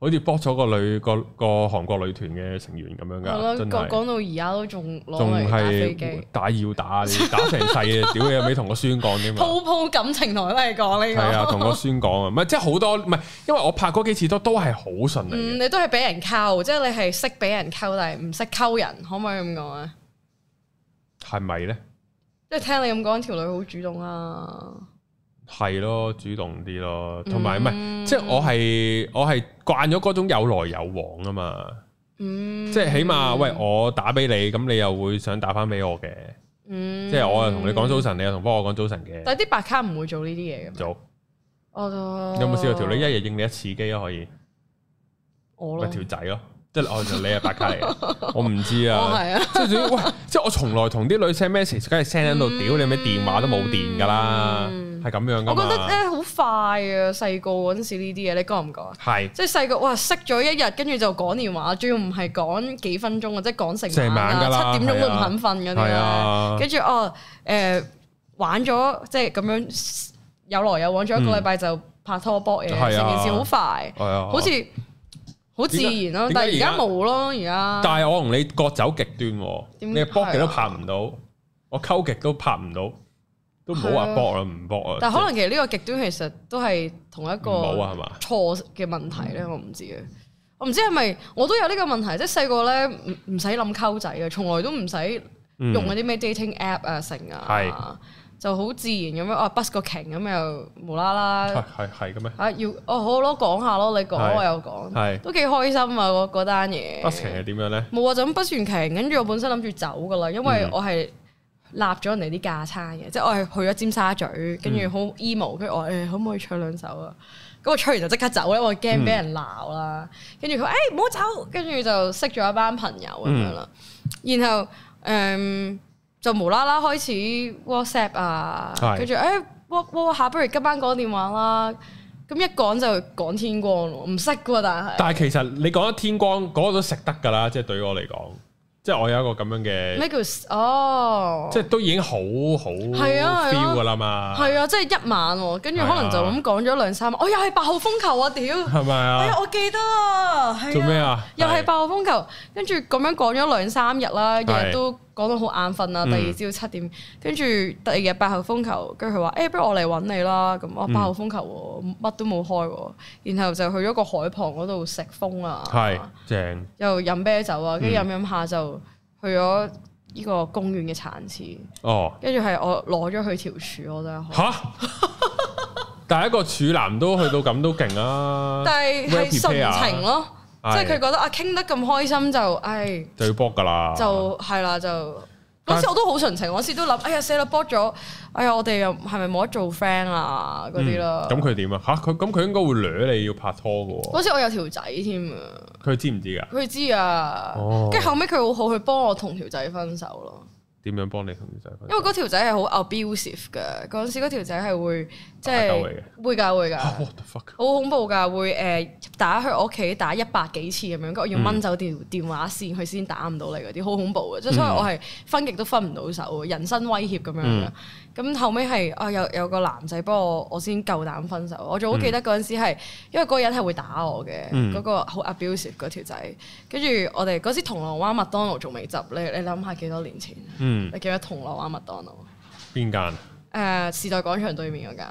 S1: 好似搏咗個女個個韓國女團嘅成員咁樣
S2: 我
S1: 噶，
S2: 諗
S1: 真
S2: 講
S1: 係
S2: 講到而家都仲攞
S1: 仲
S2: 嚟打飛
S1: 係
S2: 機，
S1: 打要打，你打成世啊，屌你尾同個孫講添啊！
S2: 鋪鋪感情台都係講呢
S1: 係 啊，
S2: 個。
S1: 同個孫講啊，唔係即係好多，唔係因為我拍嗰幾次都都係好順利嘅
S2: 嗯，你都係俾人溝，即係你係識俾人溝，但係唔識溝人，可唔可以咁講啊？
S1: 係咪咧？
S2: 即係聽你咁講，條女好主動啊！
S1: 係咯，主動啲咯，同埋唔
S2: 嗯
S1: 係，即係我係我係慣咗嗰種有來有往啊嘛，
S2: 嗯，
S1: 即係起碼喂我打俾你，咁你又會想打翻俾我嘅，
S2: 嗯，
S1: 即係我又同你講早晨，你又同翻我講早晨嘅，
S2: 但係啲白卡唔會做呢啲嘢嘅。
S1: 早
S2: 我
S1: 有冇試過條女一日應你一次機啊？可以
S2: 我
S1: 咪
S2: 咯，
S1: 條仔咯，即係我哦就你係啊白卡嚟嘅，我唔知
S2: 我
S1: 啊，
S2: 係啊，
S1: 即係總之喂，即係我從來同啲女 send message，梗係 send 到屌你咩電話都冇電㗎啦，係咁樣
S2: 嗯我
S1: 㗎
S2: 覺得
S1: 嘛，
S2: 咧好快啊！細個嗰陣時呢啲嘢，你覺唔覺啊？
S1: 係
S2: 即係細個哇，識咗一日，跟住就講電話，仲要唔係講幾分鐘啊，即係講成
S1: 成晚㗎啦
S2: 七點鐘都唔肯瞓嗰啲
S1: 係
S2: 咧。
S1: 啊，
S2: 跟住哦，誒、玩咗即係咁樣有來有往，咗一個禮拜就拍拖波嘢，
S1: 係
S2: 成
S1: 啊
S2: 件事好快，
S1: 係啊，
S2: 好似好自然
S1: 點
S2: 咯。
S1: 解
S2: 但係而
S1: 而家
S2: 家冇咯，而家
S1: 但係我同你各走極端喎，
S2: 點
S1: 你搏極都
S2: 係
S1: 拍
S2: 啊
S1: 唔到，我溝極都拍唔到，都唔好話搏啦，唔搏啊。
S2: 但係可
S1: 即
S2: 能其實呢個極端其實都係同一個
S1: 唔好啊係嘛
S2: 錯嘅問題咧，我唔知嘅。我唔知係咪我都有呢個問題，即係細個咧唔唔使諗溝仔嘅，從來都唔使
S1: 嗯
S2: 用嗰啊啲咩 dating app 啊成
S1: 係
S2: 啊，就好自然咁樣啊 bus 個鯨咁又無啦
S1: 係
S2: 啦
S1: 係係嘅咩？
S2: 啊要哦好咯講下咯，你講
S1: 係
S2: 我又講，
S1: 係
S2: 都幾開心啊嗰嗰單嘢。
S1: 不成係點樣咧？
S2: 冇啊，就咁不完期，跟住我本身諗住走噶啦，因
S1: 嗯
S2: 為我係立咗人哋啲架撐嘅，即係我係去咗尖沙咀，跟
S1: 嗯
S2: 住好 emo，跟住我誒、可唔可以唱兩首啊？咁我唱完就即刻走咧，我驚俾
S1: 嗯
S2: 人鬧啦。跟住佢話誒唔好走，跟住就識咗一班朋友咁樣啦。然後誒、嗯就無啦啦開始 WhatsApp 啊
S1: 係，
S2: 跟住誒 what what 下，不如今晚講電話啦。咁一講就講天光咯，唔識噶但係。
S1: 但係其實你講得天光嗰個都食得㗎啦，即係對我嚟講，即係我有一個咁樣嘅，
S2: 咩叫哦？
S1: 即係都已經好好
S2: 係啊係啊
S1: feel 㗎啦嘛，
S2: 係啊，即係一晚喎，跟住可能就咁講咗兩三晚，哦我又係八號風球啊！屌，
S1: 係咪
S2: 哎呀
S1: 啊啊？，
S2: 我記得啊，係
S1: 做咩？啊？
S2: 又係八號風球，跟住咁樣講咗兩三日啦，日
S1: 係
S2: 日都講到好眼瞓啊。
S1: 嗯
S2: 第二朝七點，跟住第二日八號風球，跟住佢話：哎誒，不如我嚟揾你啦。咁
S1: 嗯
S2: 我八號風球喎，乜都冇開喎，然後就去咗個海旁嗰度食風啊，
S1: 係嗯正
S2: 又飲啤酒啊，跟住飲飲下就去咗呢個公園嘅殘廁，
S1: 哦
S2: 跟住係我攞咗佢條柱，我真係。
S1: 吓！但係一個處男都去到咁都勁啊，
S2: 但係
S1: Well
S2: 係
S1: prepared 啊
S2: 純情咯，即係佢覺得啊傾得咁開心就，唉，
S1: 就要搏㗎啦，
S2: 就係啦就。
S1: 啊但
S2: 嗰時我都好純情，我嗰時都諗，哎呀死啦，卜咗，哎呀我哋又係咪冇得做 friend 啊嗰啲啦。
S1: 嗯咁佢點啊？吓佢咁佢應該會掠你要拍拖㗎喎，
S2: 嗰時我有條仔添啊，
S1: 佢知唔知㗎？
S2: 佢知啊
S1: 哦，
S2: 跟住後尾佢好好，佢幫我同條仔分手咯。
S1: 點樣幫你同條仔分
S2: 因為嗰條仔係好 abusive 嘅，嗰陣時嗰條仔係會即
S1: 打鬥嚟
S2: 係會㗎會㗎，
S1: 啊
S2: 好
S1: ？What the fuck？
S2: 恐怖㗎，會誒打去我屋企打一百幾次咁樣，
S1: 嗯
S2: 我要掹走條電話線，佢先打唔到你嗰啲，好恐怖嘅，即係所以我係分極都分唔到手，人身威脅咁樣
S1: 嗯
S2: 嘅。咁後尾係啊有有個男仔幫我，我先夠膽分手。我仲好記得嗰陣時係，因為嗰個人係會打我嘅，
S1: 嗯
S2: 嗰個好 abusive 嗰條仔。跟住我哋嗰時銅鑼灣麥當勞仲未執，你你諗下幾多年前？
S1: 嗯，
S2: 你記得銅鑼灣麥當勞？誒、
S1: 邊間？
S2: 呃時代廣場對面嗰間，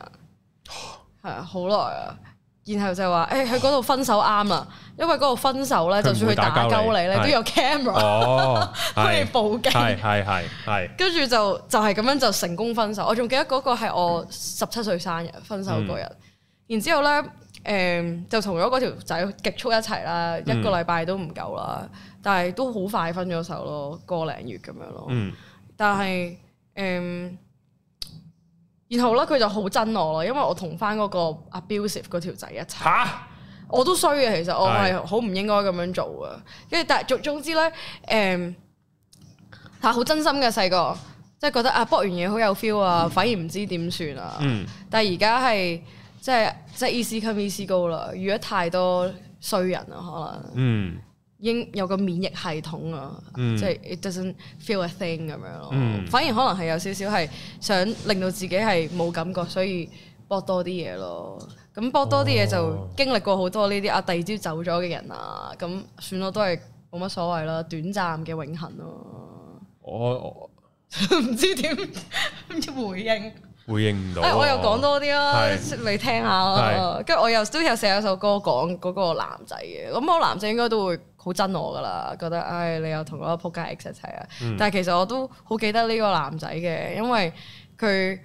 S1: 哦
S2: 係啊，好耐啊。然後就話誒，佢嗰度分手啱啦，因為嗰度分手咧，
S1: 佢
S2: 就
S1: 唔
S2: 算
S1: 會
S2: 佢打
S1: 打鳩
S2: 鳩
S1: 你
S2: 你咧，
S1: 係
S2: 都有 camera
S1: 哦，
S2: 可以
S1: 係係
S2: 報警。
S1: 係係係。
S2: 跟住就就係咁樣就成功分手。我仲記得嗰個係我十七歲生日分手嗰日，然之後咧誒、就同咗嗰條仔極速一齊啦，一個禮拜都唔夠啦，但係都好快分咗手咯，個零月咁樣咯。
S1: 嗯
S2: 但係誒、嗯然後咧佢就好憎我咯，因為我同翻嗰個 abusive 嗰條仔一齊，
S1: 吓
S2: 我都衰嘅，其實我
S1: 係
S2: 係好唔應該咁樣做嘅。跟住但係總總之咧誒，嗯但係好真心嘅細個，即係覺得啊搏完嘢好有 feel 啊，反而唔知點算啊。
S1: 嗯
S2: 但係而家係即係即係 easy come easy go 啦，遇咗太多衰人啦，可能。
S1: 嗯
S2: 已經有個免疫系統啊，
S1: 嗯
S2: 即係 it doesn't feel a thing 咁樣咯。
S1: 嗯
S2: 反而可能係有少少係想令到自己係冇感覺，所以搏多啲嘢咯。咁搏多啲嘢就
S1: 哦
S2: 經歷過好多呢啲啊，第二朝走咗嘅人啊，咁算咯，都係冇乜所謂啦，短暫嘅永恆咯。
S1: 我
S2: 唔知點唔知回應。
S1: 我回應唔到
S2: 誒，
S1: 啊。
S2: 哎我又講多啲啦，
S1: 係
S2: 你聽下啦。跟住我又都有寫有首歌講嗰個男仔嘅，咁我男仔應該都會好憎我噶啦，覺得唉你又同嗰個仆街 ex 一齊啊。
S1: 嗯
S2: 但係其實我都好記得呢個男仔嘅，因為佢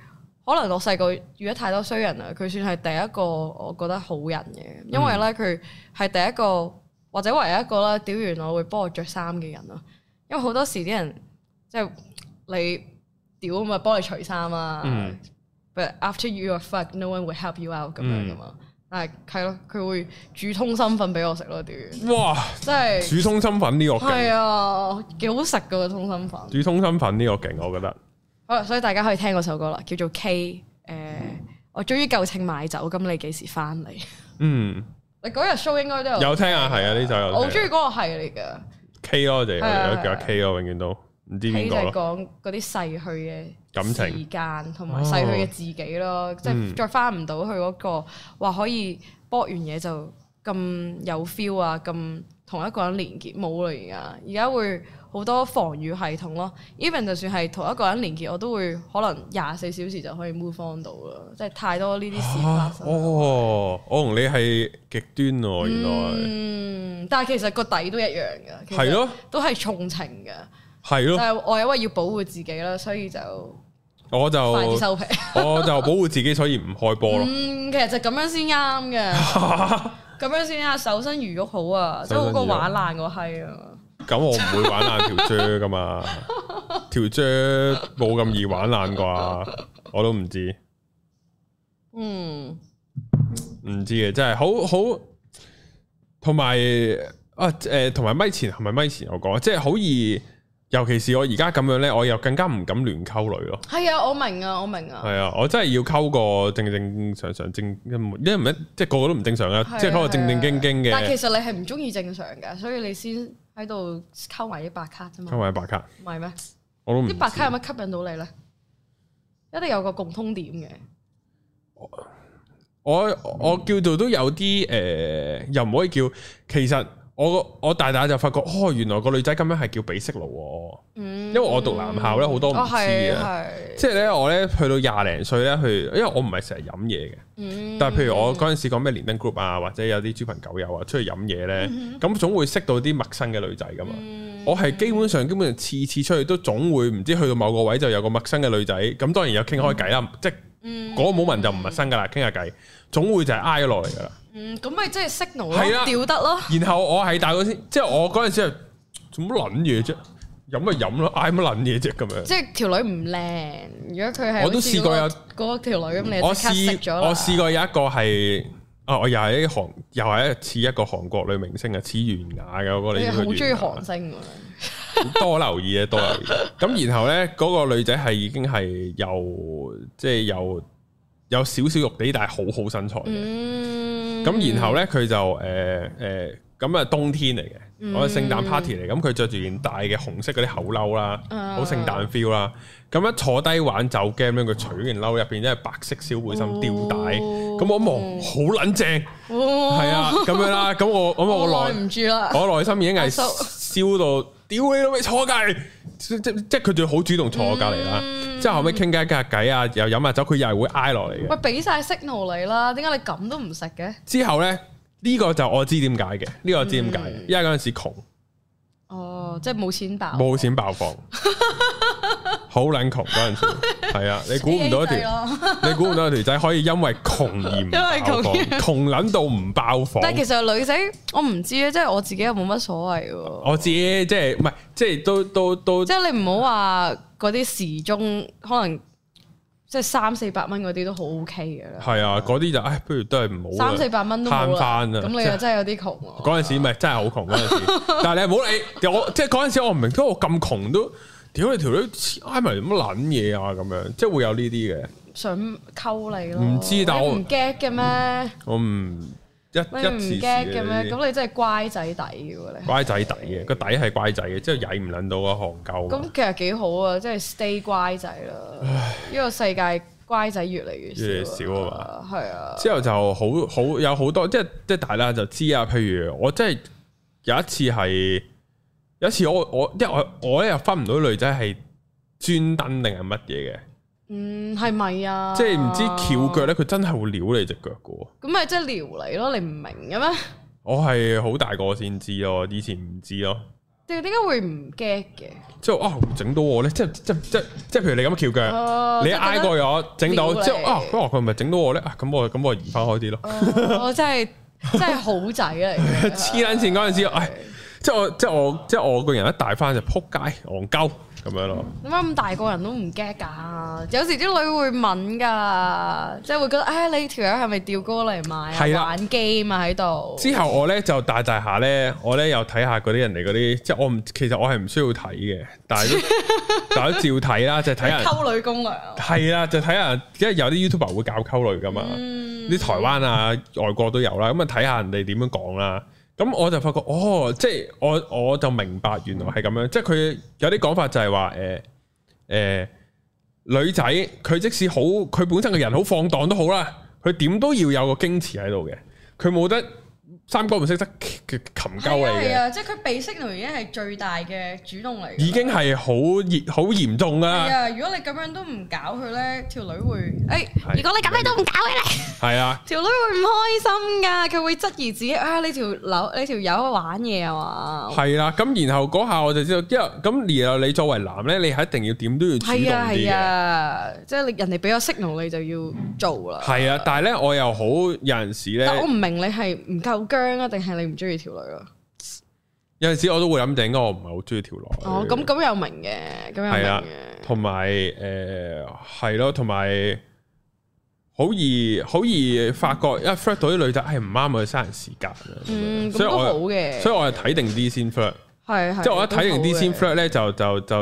S2: 可能我細個遇咗太多衰人啦，佢算係第一個我覺得好人嘅，因為
S1: 嗯
S2: 咧佢係第一個或者唯一一個啦，屌完我會幫我着衫嘅人咯。因為好多時啲人即係你屌咪幫你除衫啊。
S1: 嗯
S2: But after you are fucked, no one will help you out 咁
S1: 嗯
S2: 樣噶嘛。但係係咯，佢會煮通心粉俾我食咯，屌，
S1: 哇，
S2: 真係
S1: 煮通心粉呢個
S2: 係
S1: 勁，
S2: 啊，幾好食噶通心粉。
S1: 煮通心粉呢個勁，我覺得
S2: 好啦，所以大家可以聽嗰首歌啦，叫做 K。誒，我終於夠秤買酒，咁你幾時翻 嚟？
S1: 嗯
S2: 你嗰日 show 應該都有，
S1: 有聽啊，係啊，呢首有
S2: 我
S1: 聽啊。
S2: 好中意嗰個系列噶。
S1: K 咯，就有
S2: 係啊
S1: 有叫阿
S2: 係啊
S1: K 咯，永遠都唔知邊
S2: K 就
S1: 個咯。
S2: 係講嗰啲逝去嘅
S1: 感情
S2: 時間同
S1: 哦
S2: 埋逝去嘅自己咯，即
S1: 嗯
S2: 係再翻唔到去嗰個話可以搏完嘢就咁有 feel 啊，咁同一個人連結冇啦而家，而家會好多防禦系統咯。even 就算係同一個人連結，我都會可能廿四小時就可以 move on 到啦，即係太多呢啲事發
S1: 啊
S2: 生。
S1: 哦，我同你係極端喎，原來
S2: 嗯，但係其實個底都一樣嘅，其實
S1: 係咯，
S2: 都係重情嘅。
S1: 係咯，
S2: 但係我因為要保護自己啦，所以就
S1: 哦我就
S2: 快啲收皮。
S1: 我就保護自己，所以唔開波咯。
S2: 嗯，其實就咁樣先啱嘅，
S1: 啊
S2: 咁樣先啱，守身如玉好啊，即係好過玩爛個閪啊。
S1: 咁我唔會玩爛條啫噶嘛，條啫冇咁易玩爛啩，我都唔知，
S2: 嗯，
S1: 唔知嘅真係好好，同埋啊誒，同埋咪前係咪咪前我講，即係好易，尤其是我而家咁樣咧，我又更加唔敢亂溝女咯。
S2: 係啊，我明啊，我明啊，
S1: 係啊，我真係要溝個正正常常正，因為唔一即係個個都唔正常啊
S2: 係啊，
S1: 即係溝個正正經經
S2: 但係
S1: 嘅
S2: 其實你係唔中意正常嘅，所以你先喺度溝埋啲白卡啫
S1: 溝
S2: 嘛，
S1: 埋白卡，
S2: 唔係咩？
S1: 我都唔知
S2: 啲白卡有乜吸引到你咧？一定有個共通點嘅，
S1: 我我叫做都有啲誒、呃又唔可以叫。其實我我大大就發覺，哦，原來個女仔咁樣係叫比色奴喎。
S2: 嗯，
S1: 因為我讀男校咧好多唔知啊
S2: 哦係
S1: 嘅
S2: 係，
S1: 即係咧，我咧去到廿零歲咧，去因為我唔係成日飲嘢嘅，
S2: 嗯
S1: 但係譬如我嗰陣時講咩連登 group 啊，或者有啲豬朋狗友啊出去飲嘢咧，咁、總會識到啲陌生嘅女仔噶嘛。
S2: 嗯
S1: 我係基本上基本上次次出去都總會唔知去到某個位就有個陌生嘅女仔，咁當然有傾開偈啦，即係
S2: 嗯
S1: 嗰個 moment 就唔陌生噶啦，傾下偈，總會就係挨落嚟噶啦。
S2: 嗯，咁咪即係 signal
S1: 係啊
S2: 咯，
S1: 啦
S2: 調得咯。
S1: 然後我喺大個先，即係我嗰陣時係做乜撚嘢啫？飲咪飲咯，嗌乜撚嘢啫咁樣。
S2: 即係條女唔靚，如果佢係
S1: 我都試過有
S2: 好似嗰個嗰條女咁，你
S1: 我
S2: 就即刻識咗
S1: 試
S2: 啦
S1: 我試過有一個係啊，我又係一韓，又係一似一個韓國女明星啊，似袁雅嘅嗰個
S2: 你
S1: 你啊
S2: 好中意韓
S1: 韓
S2: 星喎，
S1: 多留意嘅，啊多 留意。咁然後咧，嗰個女仔係已經係又即係又有少少肉地，但係好好身材嘅。
S2: 嗯，
S1: 咁然後咧，佢就誒誒咁啊，冬天嚟嘅，
S2: 嗯
S1: 我係聖誕 party 嚟，咁佢着住件大嘅紅色嗰啲厚褸啦，
S2: 啊
S1: 好聖誕 feel 啦。咁一坐低玩酒 game 咧，佢除咗件褸入邊，因為白色小背心吊帶，
S2: 哦
S1: 咁我一望好撚正，
S2: 哇，
S1: 係啊，咁樣啦。咁我咁我
S2: 嗯我
S1: 內
S2: 哦耐唔住啦，
S1: 我內心已經係
S2: 我收
S1: 燒到屌你老味坐隔離，即即即佢仲好主動坐我隔離啦。
S2: 嗯
S1: 之後後尾傾偈傾下偈啊，又飲下酒，佢又係會挨落嚟嘅。
S2: 喂，俾晒 signal 你啦，點解你咁都唔食嘅？
S1: 之後咧，呢、個就我知點解嘅，呢、個我知點解嘅，因為嗰陣時窮，
S2: 嗯哦，即係冇錢爆，
S1: 冇錢爆 房，好撚窮嗰陣時，係啊，你估唔到一
S2: AA 制
S1: 條，
S2: 咯。
S1: 你估唔到一條仔可以因為窮而唔爆房
S2: 因為窮，
S1: 窮撚到唔爆房。
S2: 但係其實女仔我唔知啊咧，即係我自己又冇乜所謂喎。
S1: 我知，即係唔係，即係都都都
S2: 即係你唔好話嗰啲時鐘可能即係三四百蚊嗰啲都好 OK 嘅啦。
S1: 係啊，嗰啲就唉，不如都係唔好啦啊
S2: 三四百蚊都冇
S1: 慳
S2: 啦，
S1: 返啊
S2: 咁你
S1: 即
S2: 又
S1: 係
S2: 真係有啲窮喎。
S1: 嗰陣時咪真係好窮嗰陣時， 但係你唔好理我，即係嗰陣時我唔明，點解我咁窮都屌你條女黐挨埋嚟乜撚嘢啊咁樣，即係會有呢啲嘅，
S2: 想溝你咯，
S1: 唔知但
S2: 你
S1: 我
S2: 唔 get 嘅咩？
S1: 我唔一
S2: 你
S1: 一
S2: 唔
S1: 時時
S2: get 嘅
S1: 呢
S2: 咩？
S1: 啲
S2: 咁你真係乖仔底嘅喎你。
S1: 乖仔底嘅，個底係乖仔嘅，即係曳唔撚到啊，戇鳩啊
S2: 咁其實幾好啊，即係 stay 乖仔啦。呢個世界乖仔越嚟
S1: 越
S2: 越
S1: 嚟
S2: 少，
S1: 越少啊
S2: 嘛。係啊，
S1: 之後就好好有好多，即係即係大家就知啊。譬如我真係有一次係有一次我我因為我我咧又分唔到女仔係專登定係乜嘢嘅，
S2: 嗯，係咪啊？
S1: 即係唔知翹腳。咧，佢真係會撩你只腳嘅喎。
S2: 咁咪即係撩你咯，你唔明嘅咩？
S1: 我係好大個先知咯，以前唔知咯。
S2: 你點解會唔 get 嘅？
S1: 即係啊，整到我咧，即係即係即係即係譬如你咁翹腳，
S2: 哦
S1: 你挨過我，整到
S2: 撩你哦
S1: 之後啊，不過佢咪整到我咧啊，咁我咁我移翻開啲咯。
S2: 我真係真係好仔 嚟嘅。
S1: 黐撚線嗰陣時，
S2: 哦
S1: 唉，即係我即係我即係我個人一大翻就撲街戇鳩咁樣咯。
S2: 點解咁大個人都唔 get 㗎？有時啲女會敏㗎，即係會覺得，唉，你條友係咪吊高嚟買
S1: 係
S2: 啊？
S1: 啦
S2: 玩 game 啊喺度。
S1: 之後我咧就大大下咧，我咧又睇下嗰啲人哋嗰啲，即係我唔其實我係唔需要睇嘅，但 係都但係都照睇啦，就係睇人
S2: 溝女攻略啊。
S1: 係啦，就睇人，因為有啲 YouTuber 會教溝女噶嘛，
S2: 嗯
S1: 啲、台灣啊、外國都有啦，咁啊睇下人哋點樣講啦。咁我就發覺，哦，即係我我就明白原來係咁樣，即係佢有啲講法就係話，誒、誒、女仔佢即使好，佢本身個人好放蕩都好啦，佢點都要有個矜持喺度嘅，佢冇得三哥唔識得嘅擒鳩嚟
S2: 係
S1: 嘅，
S2: 啊，即係佢鼻息奴已經係最大嘅主動嚟㗎啦，
S1: 已經係啊好嚴好嚴重噶
S2: 係
S1: 啦，
S2: 啊！如果你咁樣都唔搞佢咧，條女會誒，
S1: 係
S2: 如果你咁樣都唔搞佢咧，
S1: 係啊，
S2: 條女會唔開心㗎，佢會質疑自己啊！你條扭你條友玩嘢啊嘛，
S1: 係啦。咁然後嗰下我就知道，因為咁然後你作為男咧，你係一定要點都要主動
S2: 係啊
S1: 啲
S2: 係
S1: 嘅。
S2: 啊，即係你人哋俾個息奴你就要做啦。
S1: 係啊，但係咧，我又好有陣時咧
S2: 但，我唔明你係唔夠僵啊，定係你唔中意條女咯？
S1: 有陣時我都會諗定，應該我唔係好中意條女。
S2: 哦，咁咁又明嘅，咁又
S1: 係啊
S2: 明嘅，
S1: 同埋誒係咯，同埋好易好易發覺一 flirt 到啲女仔係唔啱佢生人時間啊，
S2: 嗯，咁
S1: 所以
S2: 都
S1: 我
S2: 好嘅，
S1: 所以我係睇定啲先 flirt，
S2: 係係，
S1: 即係我一睇定啲先
S2: 都好
S1: flirt
S2: 嘅
S1: 咧，就就就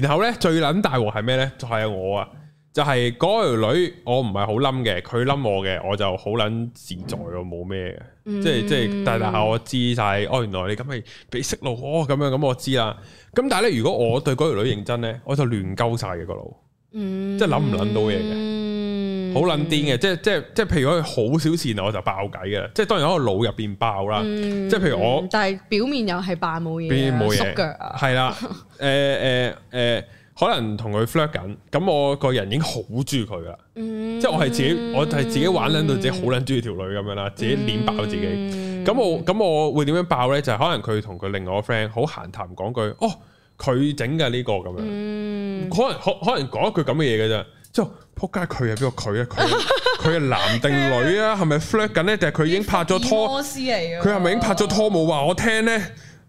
S1: 然後咧最撚大鑊係咩咧？就係、我啊！就係嗰條女，我唔係好冧嘅，佢冧我嘅，我就好撚自在喎，冇咩嘅，
S2: 嗯
S1: 即係即係，但係我知晒，哦，原來你咁係俾識路哦，咁樣咁我知啦。咁但係咧，如果我對嗰條女認真咧，我就亂鳩晒嘅個腦。
S2: 嗯，
S1: 即係諗唔諗到嘢嘅
S2: 嘅
S1: 好撚癲嘅，即係即係即係，譬如佢好少錢，我就爆偈嘅啦，即係當然喺個腦入邊爆啦，
S2: 嗯
S1: 即係譬如我
S2: 但係表面又係扮冇嘢啊，
S1: 邊冇
S2: 縮腳
S1: 嘢，
S2: 啊，
S1: 係啦， 誒誒誒，可能同佢 flirt 緊，咁我個人已經好中意佢啦，
S2: 即
S1: 即係我係自己，我係自己玩撚到自己好撚中意條女咁樣啦，自己碾爆自己。
S2: 嗯
S1: 咁我咁我會點樣爆咧？就係可能佢同佢另外個 friend 好閒談講句，哦，佢整嘅呢個咁樣。
S2: 嗯
S1: 可能可可能講一句咁嘅嘢嘅咋，之後哦仆街佢係邊個佢啊？佢佢係男定女啊？係咪 flirt 緊咧？定係佢已經拍咗拖？
S2: 摩斯嚟嘅，
S1: 佢係咪已經拍咗拖冇話我聽咧？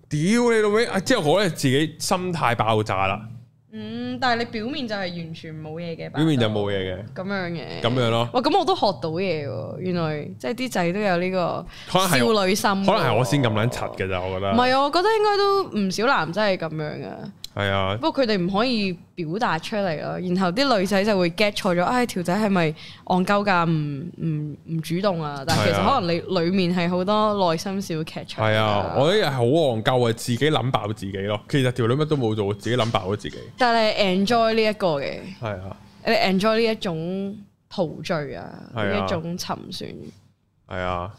S1: 屌你老味！啊之後我咧自己心態爆炸啦，
S2: 嗯，但係你表面就係完全冇嘢嘅，
S1: 表面就冇嘢嘅，
S2: 咁樣嘅，
S1: 咁樣咯。
S2: 哇！咁我都學到嘢喎，原來即係啲仔都有呢個
S1: 可能係我
S2: 少女心喎，
S1: 可能係我先咁撚柒嘅咋，我覺
S2: 唔
S1: 得
S2: 係啊，我覺得應該都唔少男仔係咁樣噶，
S1: 係啊，
S2: 不過佢哋唔可以表達出嚟咯。然後啲女仔就會 get 錯咗，唉、條仔係咪戇鳩㗎？唔唔唔主動啊！但係其
S1: 係
S2: 實
S1: 啊
S2: 可能你裡面係好多內心小劇場㗎。
S1: 係啊，我呢日係好戇鳩啊，自己諗爆自己咯。其實條女乜都冇做，自己諗爆咗自己。
S2: 但係你 enjoy 呢一個嘅，
S1: 係啊，
S2: 你 enjoy 呢一種陶醉啊，
S1: 係啊
S2: 呢一種沉船。
S1: 係啊，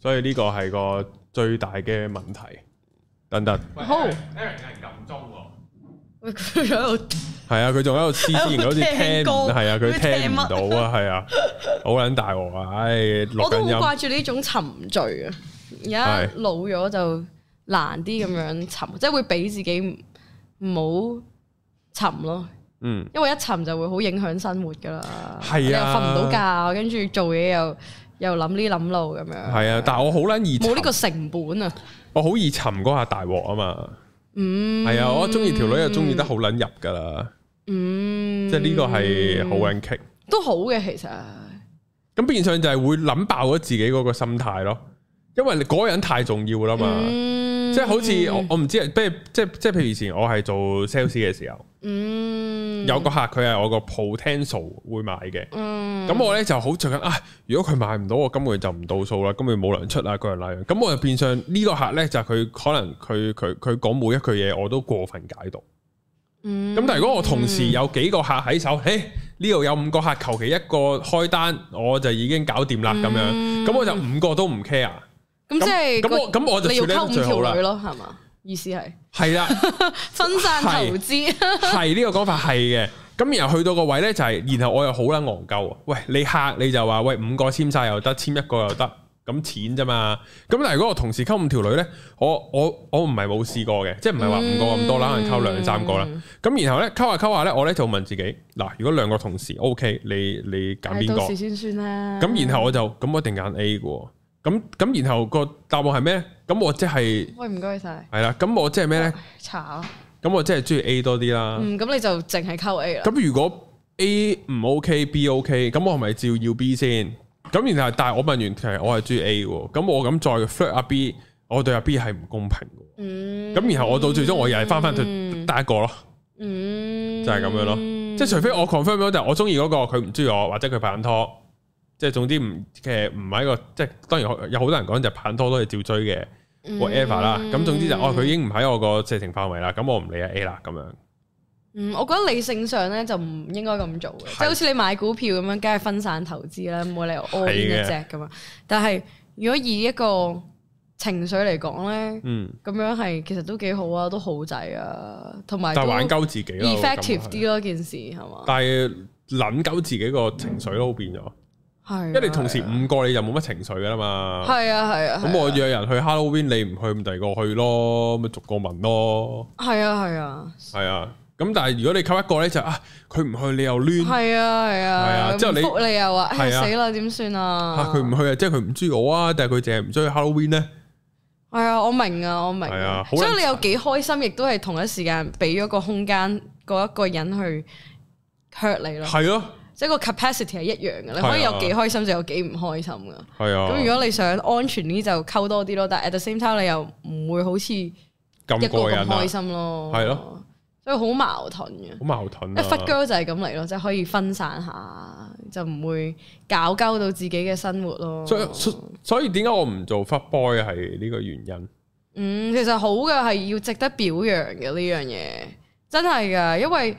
S1: 所以呢個係個最大嘅問題。等等。
S2: 好
S1: Aaron 係撳鐘喎。
S2: 喂佢喺度
S1: 係啊，佢仲喺度黐 線，好似
S2: 喺
S1: 聽唔
S2: 度聽歌
S1: 係啊，佢
S2: 佢
S1: 聽
S2: 聽
S1: 唔
S2: 乜
S1: 到啊，係啊，好撚大鑊啊！唉，
S2: 我
S1: 錄
S2: 都
S1: 緊
S2: 好
S1: 音
S2: 掛住呢種沉醉啊！而家
S1: 係
S2: 老咗就難啲咁樣沉，即係會俾自己唔好沉咯，，
S1: 嗯，
S2: 因為一沉就會好影響生活噶啦。
S1: 係啊
S2: 你又瞓唔到覺，跟住做嘢又又諗呢諗路咁樣。
S1: 係啊，但係我好撚易
S2: 冇呢
S1: 沉，
S2: 個成本啊！
S1: 我好易沉嗰下大鑊啊嘛，
S2: 嗯，
S1: 係啊，我中意條女又中意得好撚入㗎啦，
S2: 嗯，
S1: 即係呢個係好撚棘。
S2: 都好嘅，其實
S1: 咁變相就係會諗爆咗自己嗰個心態咯，因為你嗰個人太重要啦嘛，
S2: 嗯
S1: 啊即係好似我我唔知，即係即係即係譬如以前我係做 sales 嘅時候，
S2: 嗯
S1: 有個客佢係我個 potential 會買嘅。
S2: 嗯
S1: 咁我咧就好着緊啊！如果佢買唔到，我今個月就唔到數啦，今個月冇糧出啊，嗰樣那樣。咁我就變相呢個客咧，就係佢可能佢佢佢講每一句嘢，我都過分解讀。
S2: 嗯
S1: 咁但係如果我同時有幾個客喺手，誒呢度有五個客，求其一個開單，我就已經搞掂啦咁樣。
S2: 嗯
S1: 咁我就五個都唔 care。
S2: 咁即係
S1: 咁
S2: 個
S1: 我咁我就
S2: 你要
S1: 處理得
S2: 溝五
S1: 最好啦
S2: 條女咯，係嘛？意思係
S1: 係啦，
S2: 分散投資，
S1: 係呢個講法係嘅。咁然後去到個位咧就係、然後我又好撚戇鳩啊！喂，你客你就話喂五個簽晒又得，簽一個又得，咁錢啫嘛。咁但係如果我同時溝五條女咧，我我我唔係冇試過嘅，即係唔係話五個咁多啦，可能溝兩三個啦。
S2: 嗯
S1: 咁然後咧溝下溝下咧，我咧就問自己嗱，如果兩個同時 OK，你你揀
S2: 唉
S1: 邊個
S2: 到時？先算啦。
S1: 咁然後我就咁我一定揀 A 嘅喎。咁咁然後個答案係咩咧？咁我即係
S2: 喂唔該晒，
S1: 係啦，咁我即係咩
S2: 哦
S1: 咧？
S2: 查咯。
S1: 咁我即係中意 A 多啲啦。
S2: 嗯，咁你就淨係溝 A 啦。
S1: 咁如果 A 唔 OK，B OK，咁我係咪照要 B 先？咁然後，但係我問完，其實我係中意 A 喎。咁我咁再 flirt 阿 B，我對阿 B 係唔公平嘅。
S2: 嗯，
S1: 咁然後我到最終我又係翻翻去
S2: 嗯
S1: 第一個咯，
S2: 嗯
S1: 就係咁樣咯。即係除非我 confirm 咗就係我中意嗰個，佢唔中意我，或者佢拍緊拖，即係總之唔嘅唔係一個，即係當然有好多人講就拍緊拖都係照追嘅
S2: 嗯
S1: whatever 啦。咁總之就哦，佢已經唔喺我個射程範圍啦，咁我唔理啊 A 啦咁樣。
S2: 嗯，我覺得理性上咧就唔應該咁做嘅，
S1: 係
S2: 即係好似你買股票咁樣，梗係分散投資啦，冇理由 all in
S1: 係嘅
S2: 一隻噶嘛。但係如果以一個情緒嚟講咧，
S1: 嗯，
S2: 咁樣係其實都幾好啊，都好仔啊，同埋
S1: 但係
S2: 都
S1: 玩鳩自己咯咁係
S2: effective
S1: 啊
S2: 啲咯，件事係嘛？
S1: 但係諗鳩自己個情緒都變咗，
S2: 係，啊
S1: 因為你同時五個你就冇乜情緒噶啦嘛。
S2: 係啊係啊，
S1: 咁我約人去 Halloween，你唔去，咁第二個去咯，咪逐個問咯，
S2: 係啊係啊
S1: 係啊。咁但係如果你溝一個咧，就啊佢唔去，你又攣。
S2: 係啊係
S1: 係
S2: 啊，
S1: 啊之後你
S2: 唔覆你又話唉
S1: 係啊
S2: 死啦點算
S1: 吓
S2: 啊？
S1: 佢唔去啊，即係佢唔中意我啊，但係佢淨係唔中意 Halloween 咧，
S2: 係啊，我明啊我明
S1: 係啊
S2: 啊，
S1: 好
S2: 所以
S1: 撚
S2: 你有幾開心，亦都係同一時間俾咗個空間嗰一個人去 hurt 你咯，
S1: 係咯，
S2: 即係啊個 capacity 係一樣嘅，你
S1: 係啊
S2: 可以有幾開心就有幾唔開心噶。
S1: 係啊。
S2: 咁如果你想安全啲就溝多啲咯，但係 at the same time 你又唔會好似一
S1: 咁
S2: 個
S1: 過
S2: 咁
S1: 癮啊
S2: 開，心咯，
S1: 係咯，
S2: 所以好矛盾嘅。
S1: 好矛盾
S2: 一
S1: 啊。
S2: 忽 girl 就係咁嚟咯，即係可以分散下，就唔會搞鳩到自己嘅生活咯。
S1: 所以所所以點解我唔做 fuck boy 係呢個原因？
S2: 嗯，其實好嘅係要值得表揚嘅呢樣嘢，真係噶，因為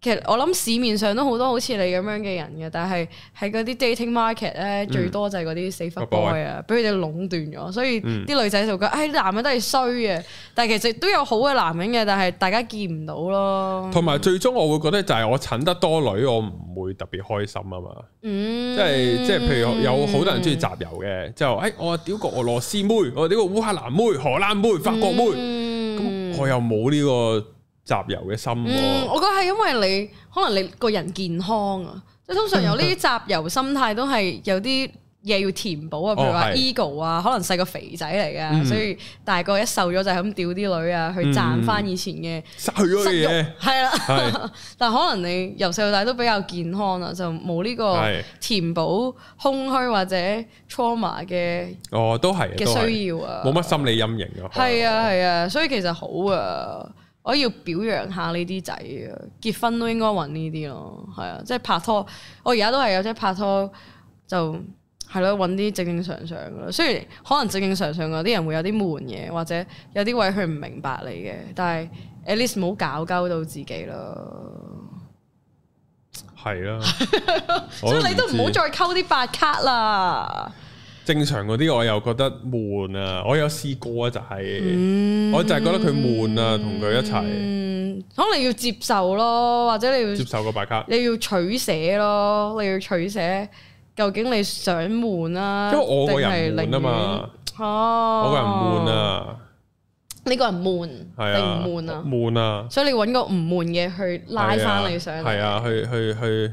S2: 其實我諗市面上都好多好似你咁樣嘅人嘅，但係喺嗰啲 dating market 咧，最多就係嗰啲死
S1: 個
S2: 忽
S1: 嗯 Oh boy
S2: boy 啊，俾佢哋壟斷咗，所以
S1: 嗯
S2: 啲女仔就覺得，唉、男人都係衰嘅，但係其實都有好嘅男人嘅，但係大家見唔到咯。
S1: 同埋最終我會覺得就係我襯得多女，我唔會特別開心啊嘛。
S2: 嗯，
S1: 即係即係，譬如有好多人中意集郵嘅，之後誒我屌個俄羅斯妹，我屌個烏克蘭妹、荷蘭妹、法國妹，
S2: 嗯
S1: 咁我又冇呢個集郵嘅心
S2: 嗯，
S1: 喎。
S2: 我覺得係因為你可能你個人健康啊，即係通常有呢啲集郵心態都係有啲嘢要填補啊，譬如
S1: 哦
S2: 話
S1: 係
S2: ego 啊，可能細個肥仔嚟嘅，
S1: 嗯
S2: 所以大個一瘦咗就係咁屌啲女啊，去賺翻以前嘅
S1: 失去咗
S2: 失
S1: 嘅
S2: 肉
S1: 嘢，，
S2: 係啦。
S1: 係
S2: 但可能你由細到大都比較健康啦，就冇呢個
S1: 係
S2: 填補空虛或者 trauma 嘅
S1: 哦，都係
S2: 嘅
S1: 都係
S2: 需要啊，
S1: 冇乜心理陰影啊。
S2: 係啊係啊，所以其實好啊，我要表揚下呢啲仔啊，結婚都應該揾呢啲咯，係啊，即係拍拖，我而家都係有即係拍拖就係咯，揾啲正正常常嘅咯。雖然可能正正常常嗰啲人會有啲悶嘢，或者有啲位佢唔明白你嘅，但係 at least 唔好搞鳩到自己咯。
S1: 係啦， 哦
S2: 所以你都唔好
S1: 知
S2: 再溝啲白卡啦。
S1: 正常嗰啲，我又覺得悶啊！我有試過啊，就係
S2: 嗯
S1: 我就係覺得佢悶啊，同佢一齊
S2: 嗯，可能你要接受咯，或者你要
S1: 接受個白卡，
S2: 你要取捨咯，你要取捨，究竟你想悶啦、
S1: 因為我個人悶啊嘛，
S2: 定係寧願，哦，
S1: 我個人悶，啊，
S2: 呢個人悶，
S1: 係啊，
S2: 你唔悶啊，
S1: 悶啊，
S2: 所以你揾個唔悶嘅去拉翻你上嚟，
S1: 係啊，去去去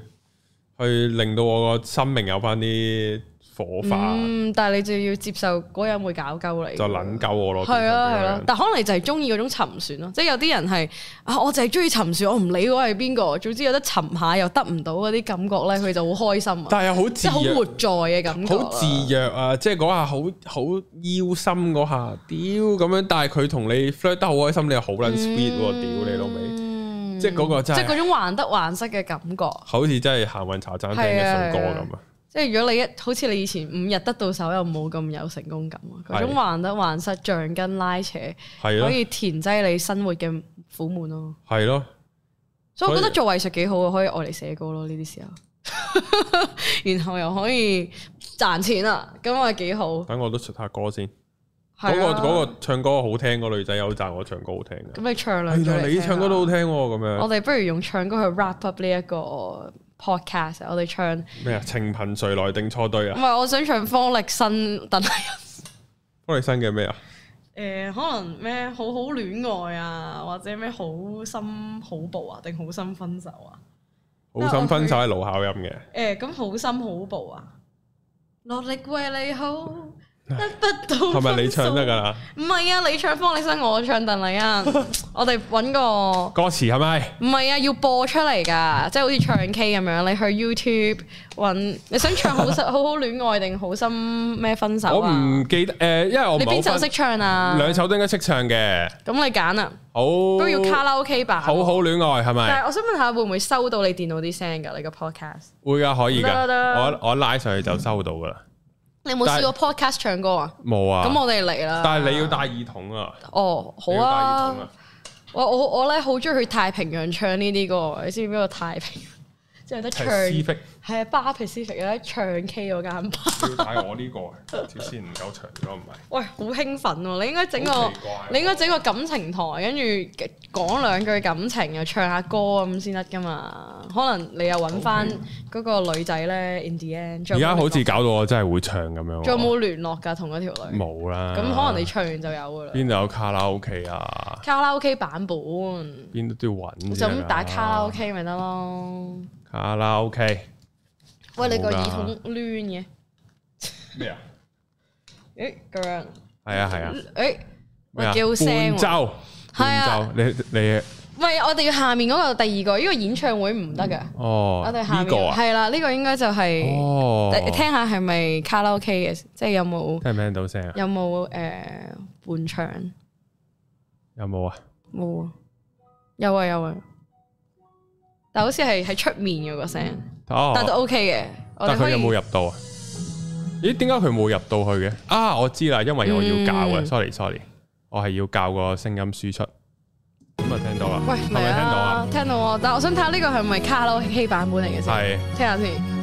S1: 去令到我個生命有翻啲火花，
S2: 嗯，但係你就要接受嗰人會搞鳩你，
S1: 就撚鳩我咯。
S2: 係啊係啊
S1: 變，
S2: 但可能你就係中意嗰種沉船咯，即係有啲人係啊，我就係中意沉船，我唔理我係邊個，總之有得沉下又得唔到嗰啲感覺咧，佢就好開心啊，
S1: 但係又好
S2: 即
S1: 自
S2: 係好
S1: 虐
S2: 活在嘅感覺啊，
S1: 好自虐啊！即係嗰下好好腰心嗰下，屌咁樣，但係佢同你 flirt 得好開心，你又好撚 sweet 喎，屌你老味！
S2: 嗯
S1: 即係嗰個真
S2: 即係嗰
S1: 係
S2: 種患得患失嘅感覺。
S1: 好似真係行運茶餐廳嘅信哥咁啊！
S2: 即係如果你一好似你以前五日得到手又冇咁有成功感啊，嗰種
S1: 係
S2: 患得患失、橡筋拉扯，
S1: 係
S2: 啊可
S1: 咯，
S2: 以填擠你生活嘅苦悶咯。
S1: 係咯，
S2: 所以我覺得
S1: 所以
S2: 做藝術幾好啊，可以愛嚟寫歌咯呢啲時候， 然後又可以賺錢啊，咁啊幾好。
S1: 等我都出下歌先。
S2: 係
S1: 嗰個
S2: 啊
S1: 嗰個唱歌好聽個女仔有讚我唱歌好聽嘅，
S2: 咁你唱兩
S1: 原
S2: 句嚟
S1: 來啊你
S2: 聽
S1: 唱歌
S2: 下
S1: 都好聽喎，咁
S2: 我
S1: 樣
S2: 哋不如用唱歌去 wrap up 呢一個 podcast，啊我哋唱。
S1: 咩啊？情憑誰來定錯對
S2: 唔
S1: 啊？
S2: 係，我想唱方力申，但係
S1: 方力申嘅咩啊？
S2: 誒可能咩好好戀愛啊，或者咩好心好報啊，定好心分手啊？
S1: 好心分手係盧巧音嘅，
S2: 誒、咁好心好報啊，落力為你 好，得不到
S1: 係咪你
S2: 分數
S1: 唱得㗎啦？
S2: 唔係啊，你唱方力申，我唱鄧麗欣， 我哋揾個。
S1: 歌詞係咪？
S2: 唔係啊，要播出嚟㗎，即係好似唱 K 咁樣，你去 YouTube 揾，你想唱 好心好好戀愛定好心咩分手
S1: 我
S2: 啊？
S1: 唔記得誒，因為我唔
S2: 你邊
S1: 係
S2: 首
S1: 好
S2: 識
S1: 分，
S2: 唱啊？
S1: 兩首都應該識唱嘅。
S2: 咁你揀啊，
S1: 好
S2: 都要卡拉 OK 版。啊
S1: 好好戀愛係
S2: 但
S1: 咪？
S2: 係啊我想問下，會唔會收到你電腦啲聲㗎？你個 podcast，
S1: 會㗎，可以
S2: 得
S1: 㗎。
S2: 得
S1: 我我拉上去就收到㗎啦。
S2: 你有冇
S1: 但係
S2: 試過 podcast 唱歌啊？
S1: 冇啊，
S2: 咁我哋嚟啦。
S1: 但係你要戴耳筒啊，
S2: 哦，好
S1: 你要戴耳
S2: 啊
S1: 筒！啊。
S2: 啊我我我咧好中意去太平洋唱呢啲歌，你知唔知個太平洋？ 即係得唱，
S1: Pacific
S2: 係啊，巴 Pacific 有得唱 K 嗰間巴。
S1: 要帶我呢個啊條線唔夠長，如果唔係。
S2: 喂，好興奮喎！你應該整
S1: 好
S2: 個
S1: 奇怪啊喎，
S2: 你應該整個感情台，跟住講兩句感情，又唱下歌咁先得噶嘛。可能你又揾翻嗰個女仔咧，in the end 仲
S1: 而
S2: 有冇
S1: 家
S2: 聯絡。
S1: 好似搞到我真係會唱咁樣喎。
S2: 仲有冇聯絡㗎？同嗰條女。
S1: 冇啦。
S2: 咁可能你唱完就有㗎啦。
S1: 邊度有卡拉 OK 啊？
S2: 卡拉 OK 版本，
S1: 邊度都要揾。
S2: 就咁打卡拉。OK 咪得咯。
S1: 卡拉 OK
S2: 喂，你個
S1: 冇㗎
S2: 耳筒攣嘅，
S1: 咩啊？
S2: 誒咁樣，
S1: 係啊係啊。
S2: 誒
S1: 咩啊
S2: 咪叫聲
S1: 伴
S2: 喎。
S1: 奏。
S2: 係啊
S1: 伴奏，你你
S2: 唔係，我哋要下面嗰個第二個，呢個演唱會唔得㗎。
S1: 哦，
S2: 我哋下
S1: 呢
S2: 面
S1: 個啊，
S2: 係啦，呢個應該就係
S1: 哦，
S2: 你聽下係咪卡拉 OK 嘅，即係有冇
S1: 聽唔聽到聲啊？
S2: 有冇诶伴唱？
S1: 有冇啊？
S2: 冇啊，有啊有啊，但好似係喺出面嘅個聲，
S1: 哦，
S2: 但都 OK 嘅。我哋
S1: 但
S2: 可
S1: 佢
S2: 以
S1: 有冇入到啊？咦，點解佢冇入到去嘅？啊，我知啦，因為我要教啊
S2: 嗯
S1: ，sorry sorry，我係要教個聲音輸出，咁啊聽到啦，
S2: 喂，
S1: 係
S2: 嚟
S1: 咪聽到
S2: 啊
S1: 啊？？
S2: 聽到啊！但我想睇下呢個係咪卡拉 OK 版本嚟嘅先，
S1: 係
S2: 聽下先。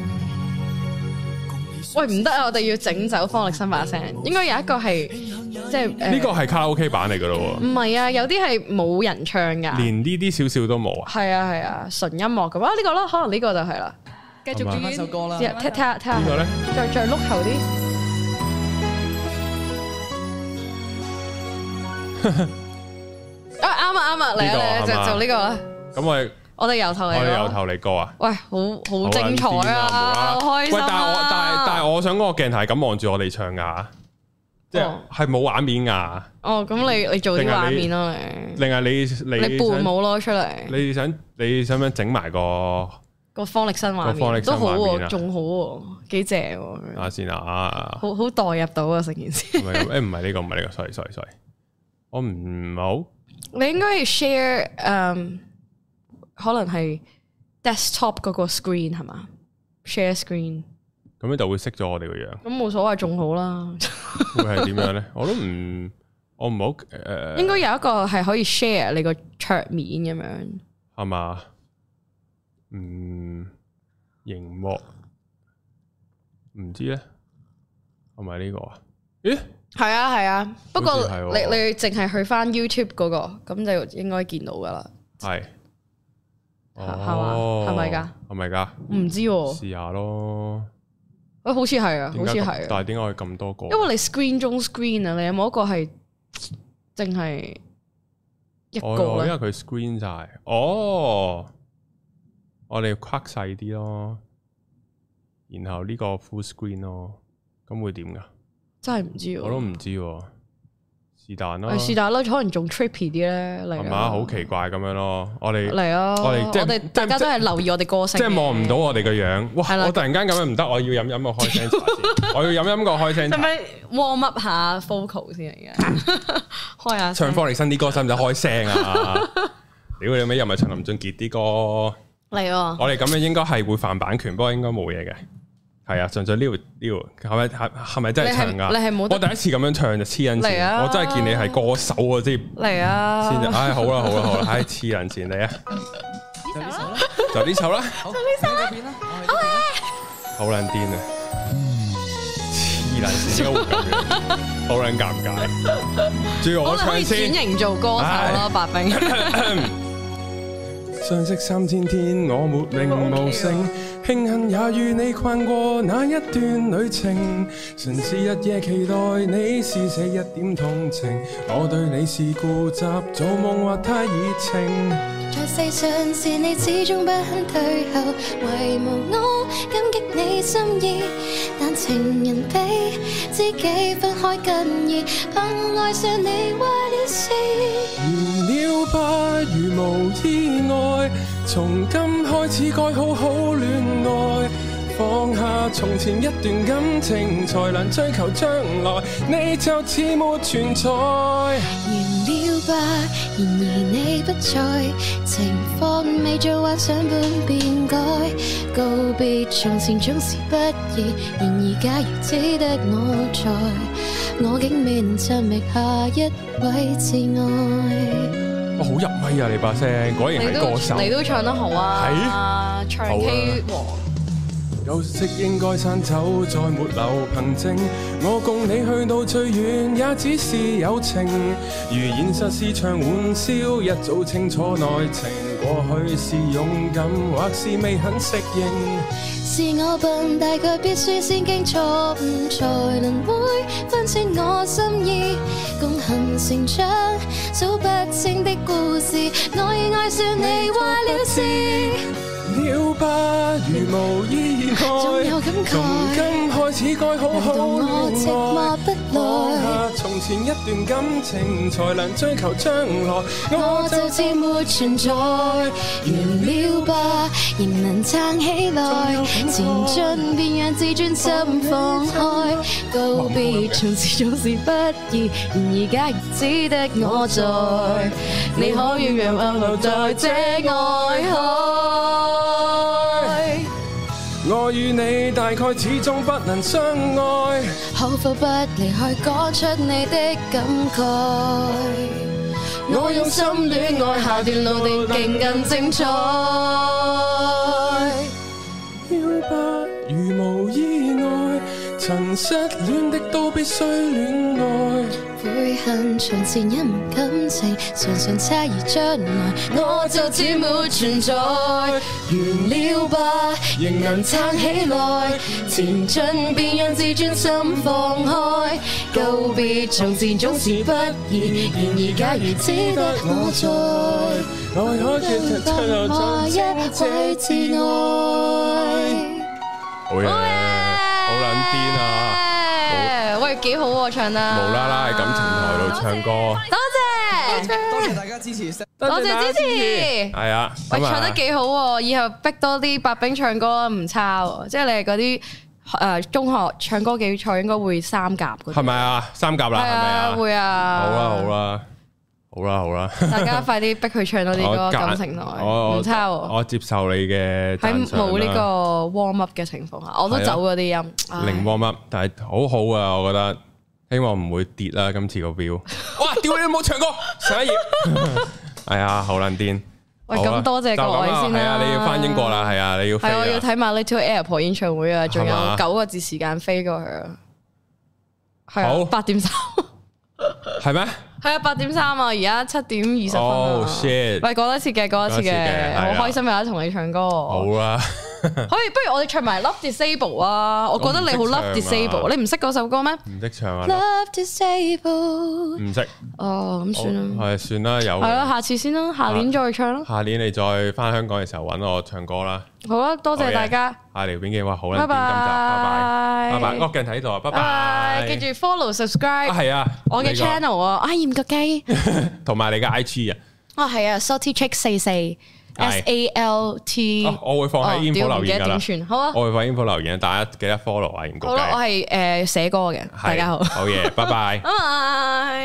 S2: 喂，唔得啊！我哋要整走方力申把聲，應該有一個係即係誒
S1: 呢個係卡拉 OK 版嚟噶咯
S2: 唔係啊，有啲係冇人唱㗎
S1: 喎，。連呢啲少少都冇啊！
S2: 係啊係啊，純音樂咁啊呢個咯，可能呢個就係啦。
S3: 繼續
S1: 係
S3: 轉
S1: 嘛
S3: 翻首歌啦
S2: 之。後聽聽下聽下
S1: 啊呢，個咧
S2: 再再碌 後啲。啊啱啊啱啊，嚟
S1: 呢個
S2: 啊嚟
S1: 係
S2: 啊，
S1: 嘛
S2: 就就呢個啦。
S1: 咁我
S2: 我哋由頭
S1: 我
S2: 嚟
S1: 哋由
S2: 咯。
S1: 頭嚟過啊！
S2: 喂，好好
S1: 好
S2: 精彩
S1: 撚癲
S2: 啊！
S1: 無啦啦
S2: 好開心
S1: 喂，但係我但係
S2: 啊！
S1: 但係我想嗰個鏡頭係咁望住我哋唱噶，即係
S2: 哦
S1: 係冇畫面噶，
S2: 哦，咁你你做啲
S1: 定係
S2: 畫
S1: 你
S2: 面咯，你
S1: 另外你你
S2: 你伴
S1: 想
S2: 舞咯出嚟，
S1: 你想你想唔想整埋個？
S2: 個方力申畫
S1: 個方
S2: 面
S1: 力申
S2: 都好
S1: 畫面啊
S2: 喎，仲好喎，幾正喎，
S1: 啊先啊啊，
S2: 好好代入到啊成件事。
S1: 唔係咁 誒唔係呢個唔係呢個，sorry sorry sorry，我唔好
S2: 你應該要 share 嗯，可能係 desktop 嗰個 screen 係嘛？share screen
S1: 咁樣就會識咗我哋個樣，
S2: 咁冇所謂，仲好 啦。
S1: 會係點樣咧？我都唔我唔好誒
S2: 應該有一個係可以 share 你個桌面咁樣。
S1: 係嘛？嗯，熒幕唔知咧，係咪呢個啊？咦？
S2: 係啊係啊，不過
S1: 好似係
S2: 你
S1: 喎
S2: 你淨係去翻 YouTube 嗰個，咁就應該見到噶啦。
S1: 係，哦
S2: 係嘛係咪㗎？
S1: 係咪㗎？
S2: 唔知喎，
S1: 試下咯，
S2: 喂，好似係啊，
S1: 點
S2: 好似
S1: 解咁
S2: 係
S1: 但
S2: 啊，
S1: 係點解佢咁多個？
S2: 因為你 screen 中 screen 啊，你有冇一個係淨係一
S1: 我我
S2: 個
S1: 哦因為
S2: 咧？
S1: 佢 screen 晒，哦，我哋框細啲咯，然後呢個 full screen 咯，咁會點噶？
S2: 真係唔知喎。
S1: 我都唔知喎，是但咯，
S2: 誒是但啦，可能仲 trippy 啲咧嚟
S1: 係
S2: 緊
S1: 嘛？好奇怪咁樣咯，我哋
S2: 嚟啊！
S1: 我
S2: 我
S1: 哋即係
S2: 哋
S1: 即係
S2: 大家都係留意我哋歌
S1: 即
S2: 聲嘅，
S1: 係望唔到我哋個樣，
S2: 係
S1: 哇！
S2: 啦
S1: 我突然間咁樣唔得，我要飲飲個開聲茶 先，我要飲飲個開聲
S2: 使唔
S1: 茶。
S2: 使 warm up 下 focal 先嚟嘅？ 開下
S1: 唱
S2: 聲
S1: 方力申啲歌使唔使開聲 啊？屌你咪又咪唱林俊傑啲歌。
S2: 嚟啊！
S1: 我哋咁樣應該係會犯版權，不過應該冇嘢嘅。係啊，純粹撩撩，係咪係係咪真係唱噶？
S2: 你係你係冇得
S1: 我第一次咁樣唱就黐撚
S2: 嚟
S1: 線，
S2: 啊
S1: 我真係見你係歌手啊，先
S2: 嚟
S1: 先就
S2: 啊！
S1: 唉好啦好啦好啦，唉黐撚線你啊，
S3: 就呢首啦，
S1: 就呢首啦，
S3: 好，你嗰邊啦，我喺嗰邊啦
S1: 好撚癲啊！黐撚線點解會咁樣？好撚尷尬。仲要
S2: 我
S1: 我
S2: 哋可
S1: 唱
S2: 以
S1: 先
S2: 轉。型做歌手
S1: 唉
S2: 咯，白冰。
S1: 相識三千天，我沒名無
S2: 哦
S1: 姓，慶幸也與你逛過那一段旅程。純是日夜期待你是這一點同情，我對你是固執，做夢或太熱情。
S4: 在世上是你始終不肯退後，唯無我感激你心意。但情人比知己分開更易，憑愛上你壞了事。
S1: 完了吧，如無意外，從今開始該好好戀愛。放下從前一段感情，才能追求將來。你就似沒存在。
S4: 完了吧，然而你不在，情況未做幻想般變改。告別從前總是不易，然而假如只得我在，我竟未能尋覓下一位摯愛。
S1: 哇，好入咪啊！你把聲果然
S2: 你
S1: 係
S2: 都
S1: 歌手。
S2: 你都唱得好啊，唱 K 王
S1: 有色應該散走，再沒留憑證。我共你去到最遠，也只是友情。如現實是場玩笑，一早清楚內情。過去是勇敢，或是未肯適應。
S4: 是我笨，大概必須先經錯誤，才能會分清我心意。共行成長，數不清的故事，我已愛上你壞了事。
S1: 了不如無意外，
S4: 總有感慨
S1: 從今開始該好好
S4: 令到我
S1: 戀
S4: 寂寞
S1: 愛
S4: 不耐
S1: 放下從前一段感情，才能追求將來。
S4: 我
S1: 我
S4: 就
S1: 就
S4: 似沒存在，完了吧，仍能撐起來，前進便讓自尊心放開，告別從此總是不易，然而家只得我在，你可以讓我留在這愛海。
S1: 我與你大概始終不能相愛，
S4: 可否不離開講出你的感慨？我用心戀愛，下段路定勁更精彩。
S1: 了不如無意外，曾失戀的都必須戀愛。
S4: 悔恨從前因感情，常常猜疑將來，我就只沒存在。完了吧，仍能撐起來，前進便讓自尊心放開。告別從前總是不易，然而假如只得我在。
S1: 我可
S4: 一位至愛。
S1: 好嘢，好撚癲啊！
S2: 誒喂，幾好喎，唱得
S1: 無啦啦喺感情台度啊唱歌，
S2: 多謝，
S3: 多謝大家支持。
S2: 多謝支持。
S1: 係啊，
S2: 喂，
S1: 咁啊
S2: 唱得幾好喎！以後逼多啲白冰唱歌啊唔差喎，即係你係嗰啲誒呃中學唱歌比賽應該會三甲嗰啲
S1: 係，咪啊？三甲啦，
S2: 係
S1: 係
S2: 啊，
S1: 咪啊？
S2: 會啊，
S1: 好啦，好，啦，好啦，好啦。
S2: 大家快啲逼佢唱多啲歌，
S1: 我夾
S2: 感情
S1: 我
S2: 內唔差喎。
S1: 我接受你嘅
S2: 喺
S1: 讚賞
S2: 冇呢
S1: 啦
S2: 個 warm up 嘅情況下，我都
S1: 係啊
S2: 走嗰啲音，唉
S1: 零 warm up，但係好好啊，我覺得。希望唔會跌啦，今次個表。 哇！屌你冇唱歌，上一頁。 係啊，好撚癲。
S2: 喂，
S1: 好啊
S2: 咁多謝
S1: 就咁
S2: 各位
S1: 啦
S2: 先
S1: 係
S2: 啦。
S1: 啊，你要翻英國啦，係啊，你要飛
S2: 係
S1: 啦。
S2: 我要睇埋 Little Airport 演唱會啊，仲
S1: 係嘛
S2: 有九個字時間飛過去啊。係
S1: 好
S2: 啊，八點 三。
S1: 係咩？
S2: 系啊，八點三啊，而家七點二十分啊
S1: Oh, shit
S2: 喂，講多次嘅，講多次
S1: 講多次嘅係
S2: 嘅，
S1: 啊
S2: 好開心有得同你唱歌。
S1: 好
S2: 啊
S1: 啊啦，
S2: 可以，不如我哋唱埋 Love Disable 啊！我覺得你好
S1: 我唔識唱啊
S2: Love Disable，你唔識嗰首歌咩？
S1: 唔識唱啊，
S4: Love disable，
S1: 唔識。
S2: 哦，咁算啦，
S1: 係算啦，有
S2: 係啊咯，下次先啦，下年再唱啦。
S1: 下年你再翻香港嘅時候揾我唱歌啦。
S2: 好啊，多謝大家，
S1: 下聊邊嘅話好啦，
S2: 拜
S1: 點今集，
S2: 拜，
S1: 拜拜，拜拜，惡鏡睇到，拜
S2: 拜
S1: 拜，
S2: 拜，記住 follow
S1: 啊
S2: subscribe
S1: 係啊，
S2: 我嘅
S1: 你個
S2: channel 啊，啊鹽焗雞，
S1: 同埋你嘅 I G 啊，
S2: 啊係啊，salty check 四四 S A L T，
S1: 哦我會放喺
S2: 哦
S1: info
S2: 屌
S1: 留
S2: 唔記
S1: 言
S2: 得
S1: 噶啦
S2: 點，算，好啊，
S1: 我會放 info 留言，大家記得 follow 啊，嚴
S2: 好啦，我呃
S1: 局
S2: 係誒寫歌嘅，大家好，
S1: 好嘢，拜拜。
S2: 拜拜。